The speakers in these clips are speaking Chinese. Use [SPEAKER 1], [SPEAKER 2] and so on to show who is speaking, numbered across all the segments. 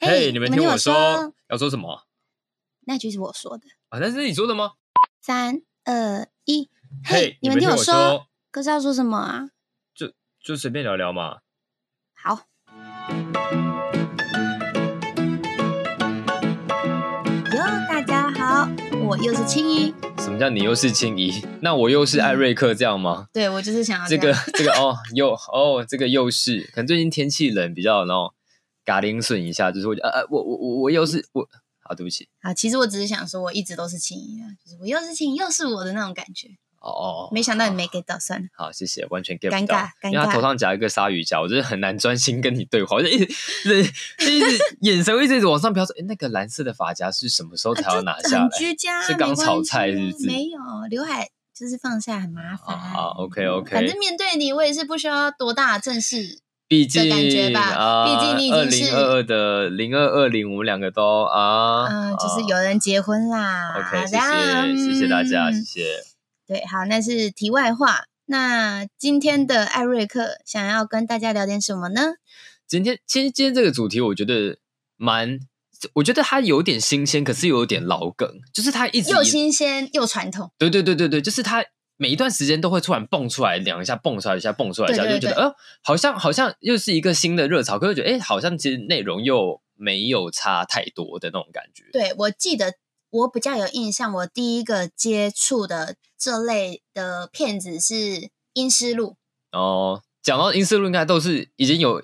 [SPEAKER 1] 嘿、
[SPEAKER 2] 嘿
[SPEAKER 1] 你们
[SPEAKER 2] 我们
[SPEAKER 1] 听
[SPEAKER 2] 听
[SPEAKER 1] 我
[SPEAKER 2] 我
[SPEAKER 1] 说
[SPEAKER 2] 说，
[SPEAKER 1] 要说什么
[SPEAKER 2] 那句是我说的。
[SPEAKER 1] 啊？那是你说的吗？
[SPEAKER 2] 三二一，
[SPEAKER 1] 嘿
[SPEAKER 2] 嘿，你们
[SPEAKER 1] 你
[SPEAKER 2] 听
[SPEAKER 1] 们
[SPEAKER 2] 我
[SPEAKER 1] 听我说
[SPEAKER 2] 说，可是要说什么啊？
[SPEAKER 1] 就随便聊聊嘛。
[SPEAKER 2] 好，哟，大家好，我又是青衣，
[SPEAKER 1] 什么叫你又是青衣？那我又是艾瑞克这样吗？
[SPEAKER 2] 对我就是想要
[SPEAKER 1] 这
[SPEAKER 2] 样
[SPEAKER 1] 个这个哦，又哦，这个又是，可能最近天气冷，比较然后嘎铃损一下，就是我呃呃，我我我我又是我，好，对不起，
[SPEAKER 2] 啊。其实我只是想说，我一直都是青衣啊，就是我又是青衣，又是我的那种感觉。
[SPEAKER 1] 哦哦，
[SPEAKER 2] 没想到你没
[SPEAKER 1] 好。
[SPEAKER 2] get 到，算了。
[SPEAKER 1] 好，谢谢，完全 get 不
[SPEAKER 2] 尴
[SPEAKER 1] 到
[SPEAKER 2] 尬尴
[SPEAKER 1] 因为他
[SPEAKER 2] 尬
[SPEAKER 1] 头上夹一个鲨鱼夹，我真的很难专心跟你对话，我就一直一直一直眼神会一直一直往上飘，说，诶那个蓝色的发夹是什么时候才要拿下来
[SPEAKER 2] 啊很？居家，
[SPEAKER 1] 是
[SPEAKER 2] 没
[SPEAKER 1] 刚
[SPEAKER 2] 关
[SPEAKER 1] 炒
[SPEAKER 2] 系
[SPEAKER 1] 菜
[SPEAKER 2] 啊
[SPEAKER 1] 是不是
[SPEAKER 2] 没有，刘海就是放下很麻
[SPEAKER 1] 啊
[SPEAKER 2] 烦。嗯
[SPEAKER 1] 啊，OK OK，
[SPEAKER 2] 反正面对你，我也是不需要多大的正式。
[SPEAKER 1] 毕竟
[SPEAKER 2] 感觉吧
[SPEAKER 1] 啊，
[SPEAKER 2] 毕竟你已经是
[SPEAKER 1] 二零二二的零二二零，我们两个都啊，
[SPEAKER 2] 嗯，就是有
[SPEAKER 1] 啊
[SPEAKER 2] 人结婚啦。
[SPEAKER 1] OK，谢
[SPEAKER 2] 这样
[SPEAKER 1] 谢谢谢大家，谢
[SPEAKER 2] 嗯
[SPEAKER 1] 谢。
[SPEAKER 2] 对，好，那是题外话。那今天的艾瑞克想要跟大家聊点什么呢？
[SPEAKER 1] 今天其实今天这个主题，我觉得蛮，我觉得它有点新鲜，可是又有点老梗，就是它一直
[SPEAKER 2] 又
[SPEAKER 1] 以
[SPEAKER 2] 新鲜又传统，
[SPEAKER 1] 对对对对对，就是它每一段时间都会突然蹦出来两下，蹦出来一下，蹦出来一下，
[SPEAKER 2] 对对
[SPEAKER 1] 就觉得
[SPEAKER 2] 对
[SPEAKER 1] 呃，好像好像又是一个新的热潮，可是觉得哎，好像其实内容又没有差太多的那种感觉。
[SPEAKER 2] 对我记得我比较有印象，我第一个接触的这类的片子是《阴尸路》，
[SPEAKER 1] 哦，讲到音色路，应该都是已经有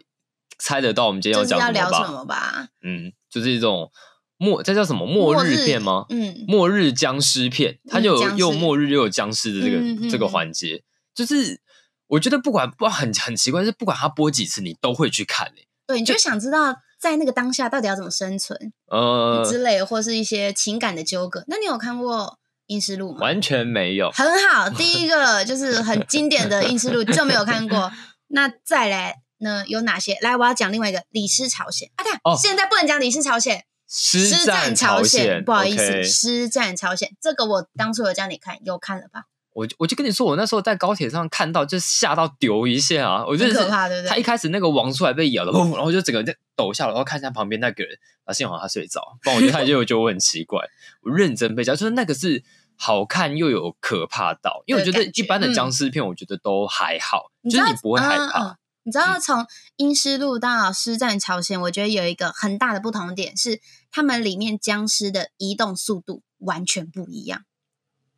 [SPEAKER 1] 猜得到我们今天
[SPEAKER 2] 就
[SPEAKER 1] 要
[SPEAKER 2] 是
[SPEAKER 1] 讲
[SPEAKER 2] 要聊
[SPEAKER 1] 吧？
[SPEAKER 2] 什么吧？
[SPEAKER 1] 嗯，就是一种末，这叫什么末日片吗？
[SPEAKER 2] 嗯，
[SPEAKER 1] 末日僵尸片，它就
[SPEAKER 2] 嗯
[SPEAKER 1] 有
[SPEAKER 2] 僵尸
[SPEAKER 1] 又有末日又有僵尸的这个、
[SPEAKER 2] 嗯嗯
[SPEAKER 1] 这个
[SPEAKER 2] 嗯
[SPEAKER 1] 环节，就是我觉得不管不很很奇怪，是不管它播几次，你都会去看欸诶、
[SPEAKER 2] 对，你就想知道在那个当下到底要怎么生存
[SPEAKER 1] 呃，
[SPEAKER 2] 之类的，或是一些情感的纠葛。那你有看过《阴尸路》吗？
[SPEAKER 1] 完全没有。
[SPEAKER 2] 很好，第一个就是很经典的《阴尸路》就没有看 过。那再来呢，有哪些？来，我要讲另外一个《李氏朝鲜》啊，对，
[SPEAKER 1] 哦
[SPEAKER 2] 现在不能讲《李氏朝鲜》，
[SPEAKER 1] 师
[SPEAKER 2] 战
[SPEAKER 1] 朝
[SPEAKER 2] 鲜》，不好意思，
[SPEAKER 1] OK
[SPEAKER 2] 《师战朝鲜》这个我当初有叫你看，有看了吧？
[SPEAKER 1] 我就我就跟你说，我那时候在高铁上看到，就吓到丢一下啊！我真的
[SPEAKER 2] 很
[SPEAKER 1] 是
[SPEAKER 2] 可怕对不对
[SPEAKER 1] 他一开始那个王叔还被咬了，砰然后就整个人抖下来，然后看一下旁边那个人，啊，幸好他睡着，不然我觉得他 就我觉得我很奇怪。我认真被讲，就是那个是好看又有可怕到，因为我觉
[SPEAKER 2] 的
[SPEAKER 1] 得
[SPEAKER 2] 感
[SPEAKER 1] 一
[SPEAKER 2] 觉
[SPEAKER 1] 般的
[SPEAKER 2] 嗯
[SPEAKER 1] 僵尸片，我觉得都还好，
[SPEAKER 2] 你知
[SPEAKER 1] 就是
[SPEAKER 2] 道
[SPEAKER 1] 你不会害
[SPEAKER 2] 嗯嗯
[SPEAKER 1] 怕。
[SPEAKER 2] 你知道从《阴尸路》到《师战朝鲜》，我觉得有一个很大的不同点是，他们里面僵尸的移动速度完全不一样。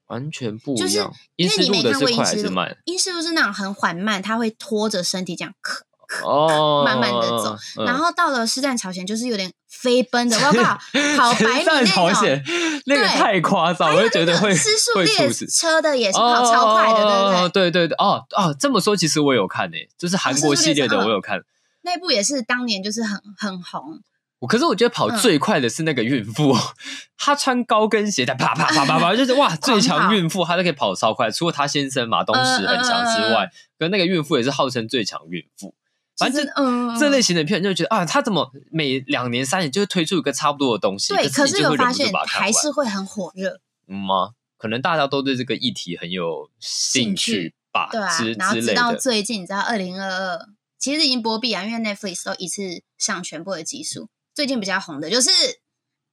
[SPEAKER 1] 完全不
[SPEAKER 2] 就
[SPEAKER 1] 一
[SPEAKER 2] 是
[SPEAKER 1] 样，
[SPEAKER 2] 因为
[SPEAKER 1] 阴尸
[SPEAKER 2] 你
[SPEAKER 1] 路
[SPEAKER 2] 没
[SPEAKER 1] 的
[SPEAKER 2] 看过
[SPEAKER 1] 是快
[SPEAKER 2] 阴
[SPEAKER 1] 还
[SPEAKER 2] 尸
[SPEAKER 1] 是
[SPEAKER 2] 路
[SPEAKER 1] 慢？，
[SPEAKER 2] 阴尸路是那种很缓慢，它会拖着身体这样，咳
[SPEAKER 1] 哦，
[SPEAKER 2] 慢慢地走
[SPEAKER 1] 嗯，
[SPEAKER 2] 然后到了《师战朝鲜》就是有点飞奔的，我 靠，跑百米
[SPEAKER 1] 战朝
[SPEAKER 2] 那种。
[SPEAKER 1] 鲜那个
[SPEAKER 2] 对
[SPEAKER 1] 太夸张，我就觉得会
[SPEAKER 2] 失速
[SPEAKER 1] 会
[SPEAKER 2] 列
[SPEAKER 1] 猝死。
[SPEAKER 2] 车的也是跑超快的，对不对
[SPEAKER 1] 哦？对对对，哦哦，这么说其实我有看诶，就是韩国系列
[SPEAKER 2] 哦是
[SPEAKER 1] 的
[SPEAKER 2] 不是
[SPEAKER 1] 我有看。
[SPEAKER 2] 那部也是当年就是很很红，
[SPEAKER 1] 我可是我觉得跑
[SPEAKER 2] 嗯
[SPEAKER 1] 最快的是那个孕妇，哦她穿高跟鞋，她啪啪啪啪啪，就是 哇，最强孕妇，她都可以跑超快。除了她先生马东石很强之
[SPEAKER 2] 嗯
[SPEAKER 1] 外，跟那个孕妇也是号称最强孕妇。反正
[SPEAKER 2] 就是嗯，
[SPEAKER 1] 这类型的片就觉得啊，他怎么每两年三年就会推出一个差不多的东西？
[SPEAKER 2] 对，可
[SPEAKER 1] 是
[SPEAKER 2] 是
[SPEAKER 1] 你就
[SPEAKER 2] 有
[SPEAKER 1] 会忍
[SPEAKER 2] 发
[SPEAKER 1] 不住
[SPEAKER 2] 现
[SPEAKER 1] 把它看
[SPEAKER 2] 还
[SPEAKER 1] 完
[SPEAKER 2] 是会很火热，
[SPEAKER 1] 嗯吗？可能大家都对这个议题很有兴
[SPEAKER 2] 兴趣
[SPEAKER 1] 趣吧，
[SPEAKER 2] 对啊
[SPEAKER 1] 之。
[SPEAKER 2] 然后
[SPEAKER 1] 之
[SPEAKER 2] 直
[SPEAKER 1] 类
[SPEAKER 2] 到
[SPEAKER 1] 的。
[SPEAKER 2] 最近，你知道二零二二其实已经播毕啊，因为 Netflix 都一次上全部的集数。最近比较红的就是《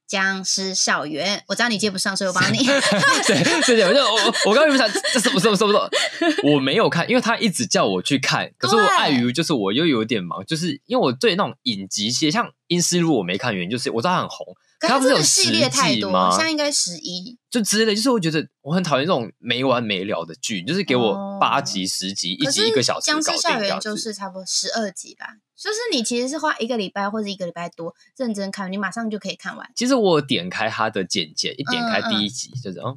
[SPEAKER 2] 僵尸校园》，我知道你接不上，所以我 帮你。
[SPEAKER 1] 对对对，我就我我我刚刚就想这什么什么什么什么，我没有看，因为他一直叫我去看，可是我
[SPEAKER 2] 对
[SPEAKER 1] 碍于就是我又有点忙，就是因为我对那种影集系像《阴尸路》我没看，原因就是我知道它很红，
[SPEAKER 2] 可
[SPEAKER 1] 它
[SPEAKER 2] 它
[SPEAKER 1] 不是
[SPEAKER 2] 真
[SPEAKER 1] 有
[SPEAKER 2] 的系列
[SPEAKER 1] 十
[SPEAKER 2] 太
[SPEAKER 1] 季
[SPEAKER 2] 多
[SPEAKER 1] 吗
[SPEAKER 2] 了，现在应该十一。
[SPEAKER 1] 就之类，就是我觉得我很讨厌这种没完没了的剧，就是给我
[SPEAKER 2] 哦
[SPEAKER 1] 八集十集，一
[SPEAKER 2] 可
[SPEAKER 1] 集
[SPEAKER 2] 是
[SPEAKER 1] 一个小时搞
[SPEAKER 2] 僵尸
[SPEAKER 1] 定
[SPEAKER 2] 校
[SPEAKER 1] 这
[SPEAKER 2] 园
[SPEAKER 1] 样》
[SPEAKER 2] 就
[SPEAKER 1] 子。
[SPEAKER 2] 是差不多十二集吧，就是你其实是花一个礼拜或者一个礼拜多认真看，你马上就可以看完。
[SPEAKER 1] 其实我有点开它的简介，一点开
[SPEAKER 2] 嗯嗯
[SPEAKER 1] 第一集就是嗯。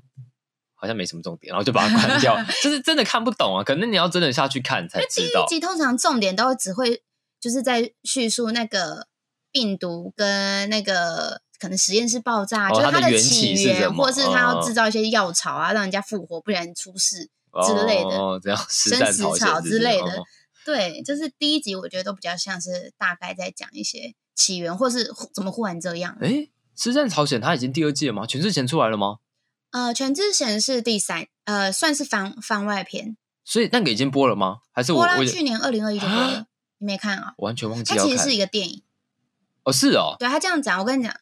[SPEAKER 1] 好像没什么重点，然后就把它 关掉，就是真的看不懂啊。可能你要真的下去看才知道
[SPEAKER 2] 第一。集通常重点都只会就是在叙述那个病毒跟那个可能实验室爆炸，
[SPEAKER 1] 哦
[SPEAKER 2] 就是
[SPEAKER 1] 它的
[SPEAKER 2] 的
[SPEAKER 1] 缘
[SPEAKER 2] 起
[SPEAKER 1] 起是什
[SPEAKER 2] 源，
[SPEAKER 1] 么
[SPEAKER 2] 或是它
[SPEAKER 1] 嗯嗯
[SPEAKER 2] 要制造一些药草啊，让人家复活，不然出事。之类的
[SPEAKER 1] 哦，这样实
[SPEAKER 2] 生
[SPEAKER 1] 战
[SPEAKER 2] 死
[SPEAKER 1] 朝鲜
[SPEAKER 2] 草
[SPEAKER 1] 是不
[SPEAKER 2] 之
[SPEAKER 1] 是
[SPEAKER 2] 类
[SPEAKER 1] 哦
[SPEAKER 2] 的对，就是第一集我觉得都比较像是大概在讲一些起源，或是忽怎么忽然这样。
[SPEAKER 1] 诶，实战朝鲜它已经第二季了吗？全智贤出来了吗？
[SPEAKER 2] 呃，全智贤是第三，呃，算是番番外篇。
[SPEAKER 1] 所以那个已经播了吗？还是我
[SPEAKER 2] 波拉
[SPEAKER 1] 我
[SPEAKER 2] 去年二零二一就播了，你没看啊、
[SPEAKER 1] 完全忘记
[SPEAKER 2] 它
[SPEAKER 1] 要
[SPEAKER 2] 其
[SPEAKER 1] 看
[SPEAKER 2] 实是一个电影，
[SPEAKER 1] 哦，是哦，
[SPEAKER 2] 对他这样讲，我跟你讲，《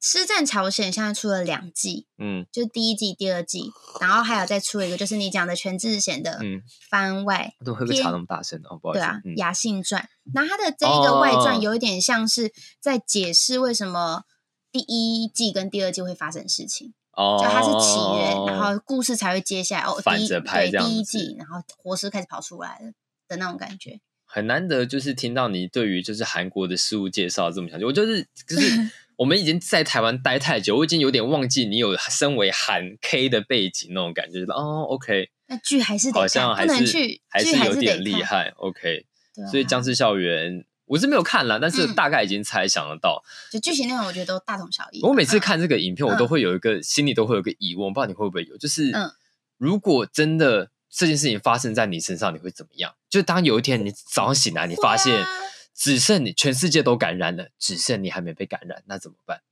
[SPEAKER 2] 师战朝鲜》现在出了两季，
[SPEAKER 1] 嗯
[SPEAKER 2] 就是第一季、第二季，然后还有再出一个，就是你讲的全智贤的
[SPEAKER 1] 嗯，
[SPEAKER 2] 番外，
[SPEAKER 1] 都喝个
[SPEAKER 2] 天
[SPEAKER 1] 茶那么大声哦，不好意
[SPEAKER 2] 呃对
[SPEAKER 1] 思，
[SPEAKER 2] 啊，
[SPEAKER 1] 嗯
[SPEAKER 2] 雅信传》。然后他的这一个外
[SPEAKER 1] 哦
[SPEAKER 2] 传有一点像是在解释为什么第一季跟第二季会发生事情，
[SPEAKER 1] 哦
[SPEAKER 2] 就，它是起源，然后故事才会接下来哦，
[SPEAKER 1] 反
[SPEAKER 2] 第一
[SPEAKER 1] 着拍
[SPEAKER 2] 对
[SPEAKER 1] 这样
[SPEAKER 2] 第一
[SPEAKER 1] 子
[SPEAKER 2] 季，然后活尸开始跑出来了的那种感觉。
[SPEAKER 1] 很难得就是听到你对于就是韩国的事物介绍这么详细。我就是就是 我们已经在台湾待太久，我已经有点忘记你有身为韩 K 的背景那种感觉。哦，OK，
[SPEAKER 2] 那剧还是得
[SPEAKER 1] 好
[SPEAKER 2] 看，
[SPEAKER 1] 像
[SPEAKER 2] 不
[SPEAKER 1] 还
[SPEAKER 2] 能
[SPEAKER 1] 是
[SPEAKER 2] 去，
[SPEAKER 1] 还
[SPEAKER 2] 剧
[SPEAKER 1] 是有
[SPEAKER 2] 是
[SPEAKER 1] 点
[SPEAKER 2] 得
[SPEAKER 1] 厉
[SPEAKER 2] 看。
[SPEAKER 1] 害。OK，
[SPEAKER 2] 对
[SPEAKER 1] 所以
[SPEAKER 2] 啊
[SPEAKER 1] 《僵尸校园》我是没有看啦，但是
[SPEAKER 2] 嗯
[SPEAKER 1] 大概已经猜想得到。
[SPEAKER 2] 就剧情内容，我觉得都大同小异。
[SPEAKER 1] 我每次
[SPEAKER 2] 嗯
[SPEAKER 1] 看这个影片，我
[SPEAKER 2] 嗯
[SPEAKER 1] 都会有一个、心里都会有一个疑问，我不知道你会不会有，就是、
[SPEAKER 2] 嗯
[SPEAKER 1] 如果真的这件事情发生在你身上，你会怎么样？就当有一天你早上醒来，你发现、
[SPEAKER 2] 会啊
[SPEAKER 1] 只剩你全世界都感染了，只剩你还没被感染，那怎么办？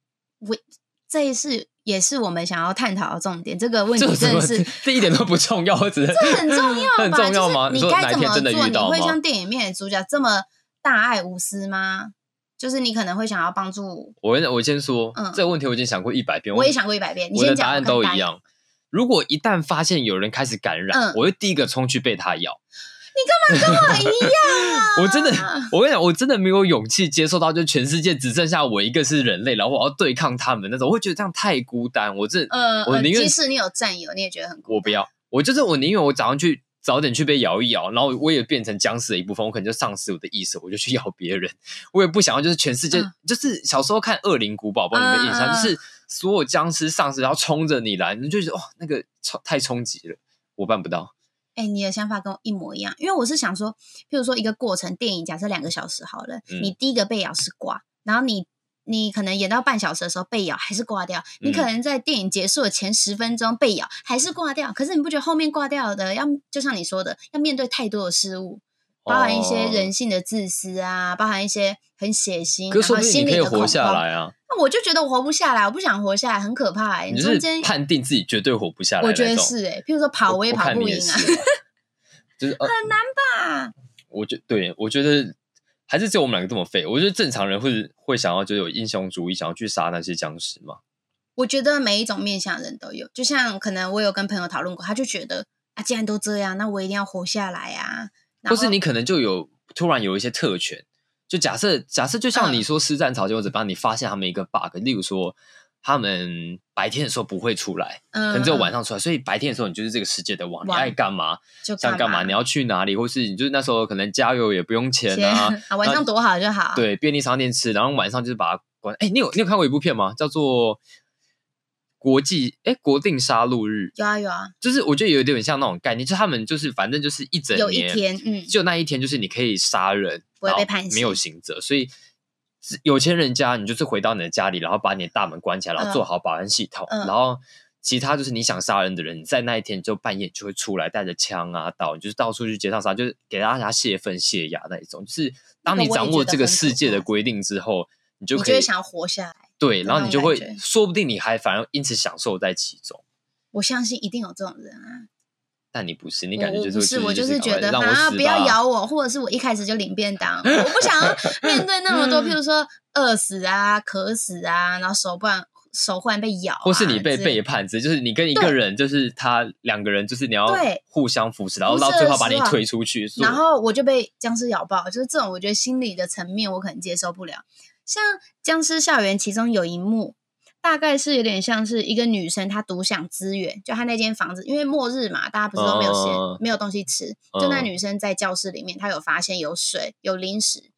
[SPEAKER 2] 这一次也是我们想要探讨的重点，这个问
[SPEAKER 1] 这
[SPEAKER 2] 题
[SPEAKER 1] 有什
[SPEAKER 2] 真
[SPEAKER 1] 么
[SPEAKER 2] 的是
[SPEAKER 1] 这一点都不重要，我只是
[SPEAKER 2] 这很重要吧？
[SPEAKER 1] 很重要吗？
[SPEAKER 2] 就是
[SPEAKER 1] 说
[SPEAKER 2] 你该
[SPEAKER 1] 哪一
[SPEAKER 2] 怎么
[SPEAKER 1] 天
[SPEAKER 2] 做？
[SPEAKER 1] 真的遇到
[SPEAKER 2] 你会像
[SPEAKER 1] 吗？
[SPEAKER 2] 电影里面的主角这么大爱无私吗？就是你可能会想要帮助，
[SPEAKER 1] 我跟我先说、
[SPEAKER 2] 嗯
[SPEAKER 1] 这个问题，我已经想过一百遍，
[SPEAKER 2] 我也想过一百遍。你
[SPEAKER 1] 我的
[SPEAKER 2] 先
[SPEAKER 1] 答
[SPEAKER 2] 讲，
[SPEAKER 1] 案
[SPEAKER 2] 可能
[SPEAKER 1] 都
[SPEAKER 2] 答
[SPEAKER 1] 一。样。 如果一旦发现有人开始感染，
[SPEAKER 2] 嗯
[SPEAKER 1] 我会第一个冲去被他咬。？
[SPEAKER 2] 你干嘛跟我一样啊
[SPEAKER 1] 我真的，我跟你讲，我真的没有勇气接受到，就全世界只剩下我一个是人类，然后我要对抗他们那种，我会觉得这样太孤单。我这、
[SPEAKER 2] 呃，
[SPEAKER 1] 我
[SPEAKER 2] 呃
[SPEAKER 1] 宁愿
[SPEAKER 2] 即使你有战友，你也觉得很孤
[SPEAKER 1] 我不要，我就是我宁愿我早上去早点去被咬一咬，然后我也变成僵尸的一部分，我可能就丧失我的意识，我就去 咬别人。我也不想要，就是全世界，
[SPEAKER 2] 嗯
[SPEAKER 1] 就是小时候看《恶灵古堡》，不知道你们印
[SPEAKER 2] 嗯
[SPEAKER 1] 象，
[SPEAKER 2] 嗯嗯
[SPEAKER 1] 就是所有僵尸丧尸，然后冲着你来，你就觉得哇、那个冲太冲击了，我办不到。
[SPEAKER 2] 哎、你的想法跟我一模一样，因为我是想说，譬如说一个过程，电影假设两个小时好了，
[SPEAKER 1] 嗯
[SPEAKER 2] 你第一个被咬是挂，然后你你可能演到半小时的时候被咬还是挂掉，你可
[SPEAKER 1] 嗯
[SPEAKER 2] 能在电影结束的前十分钟被咬还是挂掉，可是你不觉得后面挂掉的要就像你说的，要面对太多的事物，包含一些人
[SPEAKER 1] 哦，
[SPEAKER 2] 性的自私啊，包含一些很血腥，
[SPEAKER 1] 可是说
[SPEAKER 2] 然
[SPEAKER 1] 不
[SPEAKER 2] 后
[SPEAKER 1] 定
[SPEAKER 2] 心
[SPEAKER 1] 你可
[SPEAKER 2] 理
[SPEAKER 1] 以
[SPEAKER 2] 的恐
[SPEAKER 1] 活下
[SPEAKER 2] 慌。
[SPEAKER 1] 来啊，
[SPEAKER 2] 那我就觉得我活不下来，我不想活下来，很可怕、欸。
[SPEAKER 1] 你就
[SPEAKER 2] 中
[SPEAKER 1] 是
[SPEAKER 2] 间
[SPEAKER 1] 判定自己绝对活不下来
[SPEAKER 2] 我
[SPEAKER 1] 那
[SPEAKER 2] 觉
[SPEAKER 1] 种。
[SPEAKER 2] 得是哎、譬如说跑
[SPEAKER 1] 我
[SPEAKER 2] 也跑
[SPEAKER 1] 看
[SPEAKER 2] 不
[SPEAKER 1] 你
[SPEAKER 2] 赢啊，
[SPEAKER 1] 是啊 就是很难
[SPEAKER 2] 吧？
[SPEAKER 1] 我觉对，我觉得还是只有我们两个这么废。我觉得正常人会会想要就有英雄主义，想要去杀那些僵尸嘛。
[SPEAKER 2] 我觉得每一种面向的人都有，就像可能我有跟朋友讨论过，他就觉得啊，既然都这样，那我一定要活下来啊。然
[SPEAKER 1] 或
[SPEAKER 2] 后
[SPEAKER 1] 是你可能就有突然有一些特权，就假设假设就像
[SPEAKER 2] 嗯
[SPEAKER 1] 你说师战朝鲜或者怎么样，你发现他们一个 bug，例如说他们白天的时候不会出来，
[SPEAKER 2] 嗯
[SPEAKER 1] 可能只有晚
[SPEAKER 2] 上
[SPEAKER 1] 上出来，所以白天的时候你就是这个世界的王，你
[SPEAKER 2] 王
[SPEAKER 1] 爱干嘛
[SPEAKER 2] 就
[SPEAKER 1] 想干嘛，你要去哪里，或是你就是那时候可能加油也不用钱
[SPEAKER 2] 先
[SPEAKER 1] 啊，
[SPEAKER 2] 啊，晚上躲好就好。，
[SPEAKER 1] 对，便利商店吃，然后晚上就是把它关。哎，你有你有看过一部片吗？叫做《国际哎国定杀戮日》，
[SPEAKER 2] 有啊有啊，
[SPEAKER 1] 就是我觉得有点像那种概念，就是他们就是反正就是一整
[SPEAKER 2] 有一
[SPEAKER 1] 年，
[SPEAKER 2] 天，嗯，
[SPEAKER 1] 就那一天就是你可以杀人，
[SPEAKER 2] 不会被
[SPEAKER 1] 然后
[SPEAKER 2] 判
[SPEAKER 1] 没有
[SPEAKER 2] 刑
[SPEAKER 1] 刑责，所以。只有钱人家，你就是回到你的家里，然后把你的大门关起来，然
[SPEAKER 2] 嗯
[SPEAKER 1] 后做好保安系统，
[SPEAKER 2] 嗯
[SPEAKER 1] 然后其他就是你想杀人的人，你在那一天就半夜就会出来带着枪啊刀，你就是到处去街上杀，就是给大家泄愤泄压那一种。就是当
[SPEAKER 2] 那
[SPEAKER 1] 你
[SPEAKER 2] 我也
[SPEAKER 1] 掌
[SPEAKER 2] 觉
[SPEAKER 1] 握
[SPEAKER 2] 得
[SPEAKER 1] 这个
[SPEAKER 2] 很可
[SPEAKER 1] 世界的
[SPEAKER 2] 怕
[SPEAKER 1] 规定之后，你就
[SPEAKER 2] 你
[SPEAKER 1] 可
[SPEAKER 2] 就
[SPEAKER 1] 以
[SPEAKER 2] 会想要活下来。的
[SPEAKER 1] 对，然后
[SPEAKER 2] 那
[SPEAKER 1] 你就
[SPEAKER 2] 种
[SPEAKER 1] 会
[SPEAKER 2] 感觉
[SPEAKER 1] 说不定你还反而因此享受在其中，
[SPEAKER 2] 我相信一定有这种人啊。
[SPEAKER 1] 但你不是，你
[SPEAKER 2] 我
[SPEAKER 1] 感觉
[SPEAKER 2] 我
[SPEAKER 1] 就是
[SPEAKER 2] 不是，我
[SPEAKER 1] 就
[SPEAKER 2] 就是
[SPEAKER 1] 赶
[SPEAKER 2] 觉
[SPEAKER 1] 快
[SPEAKER 2] 得
[SPEAKER 1] 让我
[SPEAKER 2] 啊，
[SPEAKER 1] 死
[SPEAKER 2] 不要
[SPEAKER 1] 吧
[SPEAKER 2] 咬我，或者是我一开始就领便当，我不想 要面对那么多，
[SPEAKER 1] 嗯
[SPEAKER 2] 譬如说饿死啊、渴死啊，然后手腕手腕被咬啊、
[SPEAKER 1] 或是你被
[SPEAKER 2] 之类的
[SPEAKER 1] 背叛，只就是你跟一个
[SPEAKER 2] 对
[SPEAKER 1] 人，就是他两个人，就是你要
[SPEAKER 2] 对
[SPEAKER 1] 互相扶持，然后
[SPEAKER 2] 扶
[SPEAKER 1] 到
[SPEAKER 2] 持
[SPEAKER 1] 最
[SPEAKER 2] 的
[SPEAKER 1] 后把你
[SPEAKER 2] 时候
[SPEAKER 1] 推出去。
[SPEAKER 2] 然后我就被僵尸咬爆，就是这种，我觉得心理的层面我可能接受不了。像《僵尸校园》其中有一幕，大概是有点像是一个女生她独享资源，就她那间房子，因为末日嘛，大家不是都没有时间、
[SPEAKER 1] 嗯
[SPEAKER 2] 没有东西吃，就那
[SPEAKER 1] 嗯
[SPEAKER 2] 女生在教室里面，她有发现有水、有零食，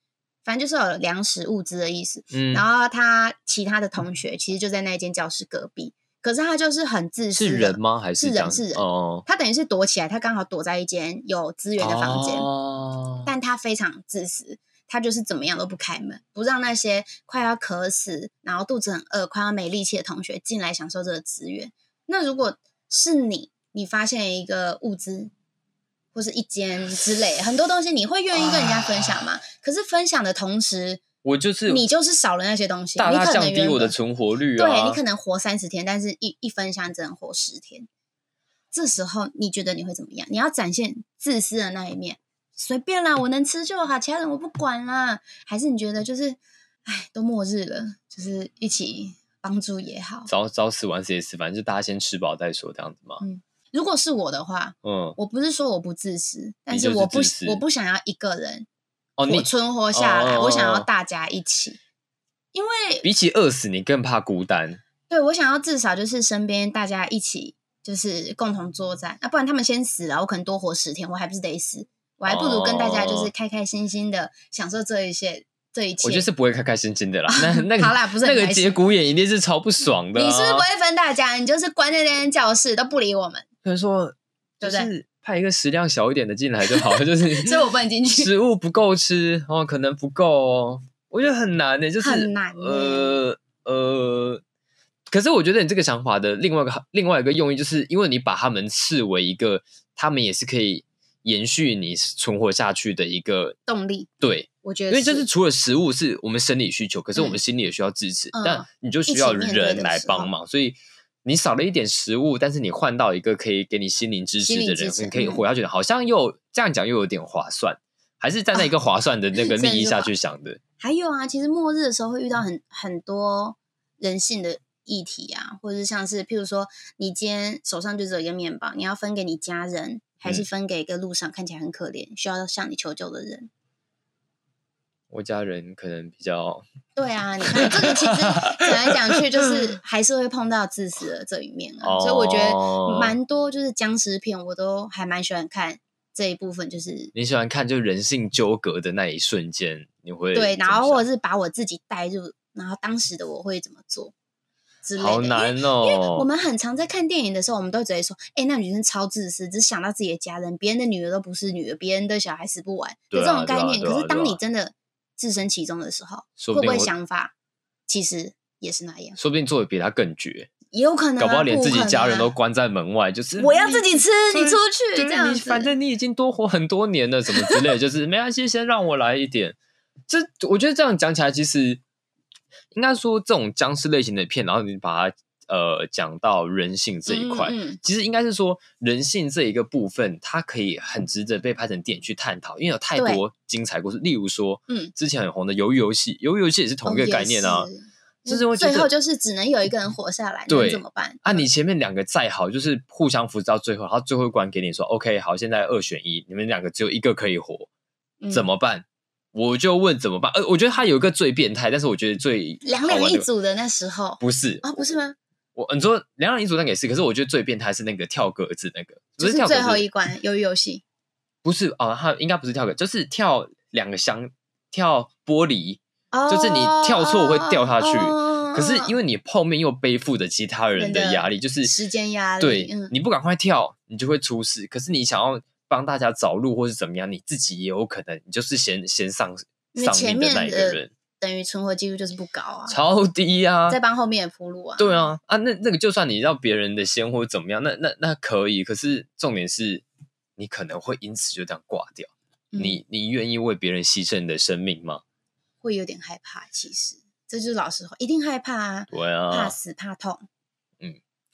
[SPEAKER 2] 反正就是有粮食物资的意思。
[SPEAKER 1] 嗯，
[SPEAKER 2] 然后她其他的同学其实就在那间教室隔壁，可是她就是很自私
[SPEAKER 1] 是
[SPEAKER 2] 的，
[SPEAKER 1] 人吗？还
[SPEAKER 2] 是
[SPEAKER 1] 这
[SPEAKER 2] 人
[SPEAKER 1] 样
[SPEAKER 2] 是
[SPEAKER 1] 子
[SPEAKER 2] 人
[SPEAKER 1] 哦，
[SPEAKER 2] 她等于是躲起来，她刚好躲在一间有资源的房间。
[SPEAKER 1] 哦
[SPEAKER 2] 但他非常自私，他就是怎么样都不开门，不让那些快要渴死、然后肚子很饿、快要没力气的同学进来享受这个资源。那如果是你，你发现一个物资或是一间之类很多东西，你会愿意跟人家分享吗？可是分享的同时，
[SPEAKER 1] 啊我就是
[SPEAKER 2] 你就是少了那些东西，
[SPEAKER 1] 大
[SPEAKER 2] 你
[SPEAKER 1] 大
[SPEAKER 2] 可
[SPEAKER 1] 降
[SPEAKER 2] 能
[SPEAKER 1] 低
[SPEAKER 2] 原
[SPEAKER 1] 我的
[SPEAKER 2] 本
[SPEAKER 1] 存活率啊。
[SPEAKER 2] 对你可能活三十天，但是一一分享只能活十天。这时候你觉得你会怎么样？你要展现自私的那一面，随便啦，我能吃就好，其他人我不管啦。还是你觉得就是，哎，都末日了，就是一起帮助也好。
[SPEAKER 1] 早早死晚死也死，反正就大家先吃饱再说这样子嘛。
[SPEAKER 2] 如果是我的话，
[SPEAKER 1] 嗯，
[SPEAKER 2] 我不是说我不自私，但是
[SPEAKER 1] 就是
[SPEAKER 2] 我不
[SPEAKER 1] 自私
[SPEAKER 2] 我不想要一个人
[SPEAKER 1] 哦，你
[SPEAKER 2] 活存活下来，
[SPEAKER 1] 哦
[SPEAKER 2] 我想要大家一起，因为
[SPEAKER 1] 比起饿死，你更怕孤单。
[SPEAKER 2] 对我想要至少就是身边大家一起就是共同作战，啊那、不然他们先死了，我可能多活十天，我还不是得死，我还不如跟大家就是
[SPEAKER 1] 哦
[SPEAKER 2] 开开心心的享受这一切这一切。
[SPEAKER 1] 我觉得是不会开开心心的啦。 那那个
[SPEAKER 2] 好啦不是很
[SPEAKER 1] 那个
[SPEAKER 2] 开心
[SPEAKER 1] 节骨眼一定是超不爽的、啊。
[SPEAKER 2] 你是不是不会分大家？你就是关在那间教室都不理我们，
[SPEAKER 1] 可能说，
[SPEAKER 2] 对
[SPEAKER 1] 就
[SPEAKER 2] 不对
[SPEAKER 1] 是派一个食量小一点的进来就好， 就是
[SPEAKER 2] 所以我不能进去。
[SPEAKER 1] 食物不够吃哦，可能不够哦，我觉得很难呢、就是
[SPEAKER 2] 很难欸
[SPEAKER 1] 呃呃，可是我觉得你这个想法的另外一个另外一个用意，就是因为你把他们视为一个，他们也是可以延续你存活下去的一个
[SPEAKER 2] 动力，
[SPEAKER 1] 对，
[SPEAKER 2] 我觉得
[SPEAKER 1] 因为就是除了食物是我们生理需求，可是我们
[SPEAKER 2] 嗯
[SPEAKER 1] 心理也需要支持，
[SPEAKER 2] 嗯
[SPEAKER 1] 但你就
[SPEAKER 2] 一
[SPEAKER 1] 需
[SPEAKER 2] 起
[SPEAKER 1] 要
[SPEAKER 2] 面对
[SPEAKER 1] 人
[SPEAKER 2] 的
[SPEAKER 1] 来
[SPEAKER 2] 时候
[SPEAKER 1] 帮忙，所以你少了一点食物，但是你换到一个可以给你心灵支持
[SPEAKER 2] 心灵
[SPEAKER 1] 的
[SPEAKER 2] 支
[SPEAKER 1] 人，
[SPEAKER 2] 持
[SPEAKER 1] 你可以
[SPEAKER 2] 嗯
[SPEAKER 1] 活下去的，好像又这样讲又有点划算，还是站在一个划算的 那个
[SPEAKER 2] 啊真的
[SPEAKER 1] 利益
[SPEAKER 2] 是
[SPEAKER 1] 下
[SPEAKER 2] 划
[SPEAKER 1] 去想的，
[SPEAKER 2] 还有啊，其实末日的时候会遇到很很多人性的议题啊，或者是像是譬如说，你今天手上就只有一个面包，你要分给你家人，还是
[SPEAKER 1] 嗯
[SPEAKER 2] 分给一个路上看起来很可怜、需要向你求救的人？
[SPEAKER 1] 我家人可能比较
[SPEAKER 2] 对啊，你看这个其实讲来讲去，就是还是会碰到自私的这一面啊，所以我觉
[SPEAKER 1] 哦
[SPEAKER 2] 得蛮多就是僵尸片，我都还蛮喜欢看这一部分，就是
[SPEAKER 1] 你喜欢看就人性纠葛的那一瞬间，你会
[SPEAKER 2] 对，
[SPEAKER 1] 怎
[SPEAKER 2] 然
[SPEAKER 1] 么
[SPEAKER 2] 后或
[SPEAKER 1] 想
[SPEAKER 2] 者是把我自己带入，然后当时的我会怎么做之类的。
[SPEAKER 1] 好
[SPEAKER 2] 因为
[SPEAKER 1] 难
[SPEAKER 2] 因为我
[SPEAKER 1] 哦。
[SPEAKER 2] 们很常在看电影的时候，我们都直接说：“哎、那女生超自私，只想到自己的家人，别人的女儿都不是女儿，别人的小孩死不完。有
[SPEAKER 1] 对
[SPEAKER 2] 这
[SPEAKER 1] 啊
[SPEAKER 2] 种概
[SPEAKER 1] 对啊
[SPEAKER 2] 念。
[SPEAKER 1] 对啊
[SPEAKER 2] 可是
[SPEAKER 1] 对
[SPEAKER 2] 当你
[SPEAKER 1] 啊
[SPEAKER 2] 真的置身其中的时候，
[SPEAKER 1] 说不
[SPEAKER 2] 会不
[SPEAKER 1] 定
[SPEAKER 2] 会
[SPEAKER 1] 我
[SPEAKER 2] 想法其实也是那样？
[SPEAKER 1] 说不定做的比他更绝，
[SPEAKER 2] 也有可能、啊，
[SPEAKER 1] 搞不好连
[SPEAKER 2] 不
[SPEAKER 1] 自己
[SPEAKER 2] 可
[SPEAKER 1] 家
[SPEAKER 2] 能
[SPEAKER 1] 人都
[SPEAKER 2] 啊
[SPEAKER 1] 关在门外，就是
[SPEAKER 2] 我要
[SPEAKER 1] 你
[SPEAKER 2] 自己吃，你
[SPEAKER 1] 对
[SPEAKER 2] 出去
[SPEAKER 1] 对
[SPEAKER 2] 这样
[SPEAKER 1] 你
[SPEAKER 2] 子。
[SPEAKER 1] 反正你已经多活很多年了，什么之类 的，就是没关系，先让我来一点。这我觉得这样讲起来，其实应该说这种僵尸类型的片，然后你把它呃讲到人性这一块。
[SPEAKER 2] 嗯嗯
[SPEAKER 1] 其实应该是说，人性这一个部分，它可以很值得被拍成电影去探讨，因为有太
[SPEAKER 2] 对
[SPEAKER 1] 多精彩故事。例如说，
[SPEAKER 2] 嗯，
[SPEAKER 1] 之前很红的《鱿鱼游戏》，《鱿鱼游戏》也是同一
[SPEAKER 2] 哦
[SPEAKER 1] 个
[SPEAKER 2] 也
[SPEAKER 1] 概念啊。
[SPEAKER 2] 是
[SPEAKER 1] 就是会觉
[SPEAKER 2] 最
[SPEAKER 1] 得
[SPEAKER 2] 后就是只能有一个人活下来，那
[SPEAKER 1] 对
[SPEAKER 2] 怎么办？
[SPEAKER 1] 啊，你前面两个再好，就是互相扶持到最后，然后最后一关给你说，OK，好，现在二选一，你们两个只有一个可以活，
[SPEAKER 2] 嗯
[SPEAKER 1] 怎么办？我就问怎么办？呃，我觉得他有一个最变态，但是我觉得最
[SPEAKER 2] 两
[SPEAKER 1] 好玩
[SPEAKER 2] 两
[SPEAKER 1] 的
[SPEAKER 2] 一组的那时候
[SPEAKER 1] 不是
[SPEAKER 2] 啊、不是吗？
[SPEAKER 1] 我，你说两两一组那个也是，可是我觉得最变态是那个跳格子那个，不
[SPEAKER 2] 就是
[SPEAKER 1] 跳格
[SPEAKER 2] 最
[SPEAKER 1] 子，
[SPEAKER 2] 后一关鱿鱼游戏。
[SPEAKER 1] 不是哦，他应该不是跳格，就是跳两个箱，跳玻璃，就是你
[SPEAKER 2] 哦
[SPEAKER 1] 跳错会掉下去可是
[SPEAKER 2] 为
[SPEAKER 1] 因为你后面又背负着其他人
[SPEAKER 2] 人
[SPEAKER 1] 的
[SPEAKER 2] 嗯的
[SPEAKER 1] 压力，就是
[SPEAKER 2] 哦时间压力
[SPEAKER 1] 对、
[SPEAKER 2] 嗯
[SPEAKER 1] 你不赶快跳，你就会出事。可是你想要帮大家找路或是怎么样，你自己也有可能，你就是先先上
[SPEAKER 2] 因为
[SPEAKER 1] 上
[SPEAKER 2] 前面
[SPEAKER 1] 命的那一个人，
[SPEAKER 2] 等于存活几率就是不高啊，
[SPEAKER 1] 超低啊
[SPEAKER 2] 再。帮后面也铺路啊。
[SPEAKER 1] 对啊，啊，那那个就算你让别人的先或怎么样，那那那可以。可是重点是，你可能会因此就这样挂掉。
[SPEAKER 2] 嗯，
[SPEAKER 1] 你你愿意为别人牺牲你的生命吗？
[SPEAKER 2] 会有点害怕，其实这就是老实话，一定害怕啊，
[SPEAKER 1] 对
[SPEAKER 2] 怕
[SPEAKER 1] 啊，
[SPEAKER 2] 死怕痛。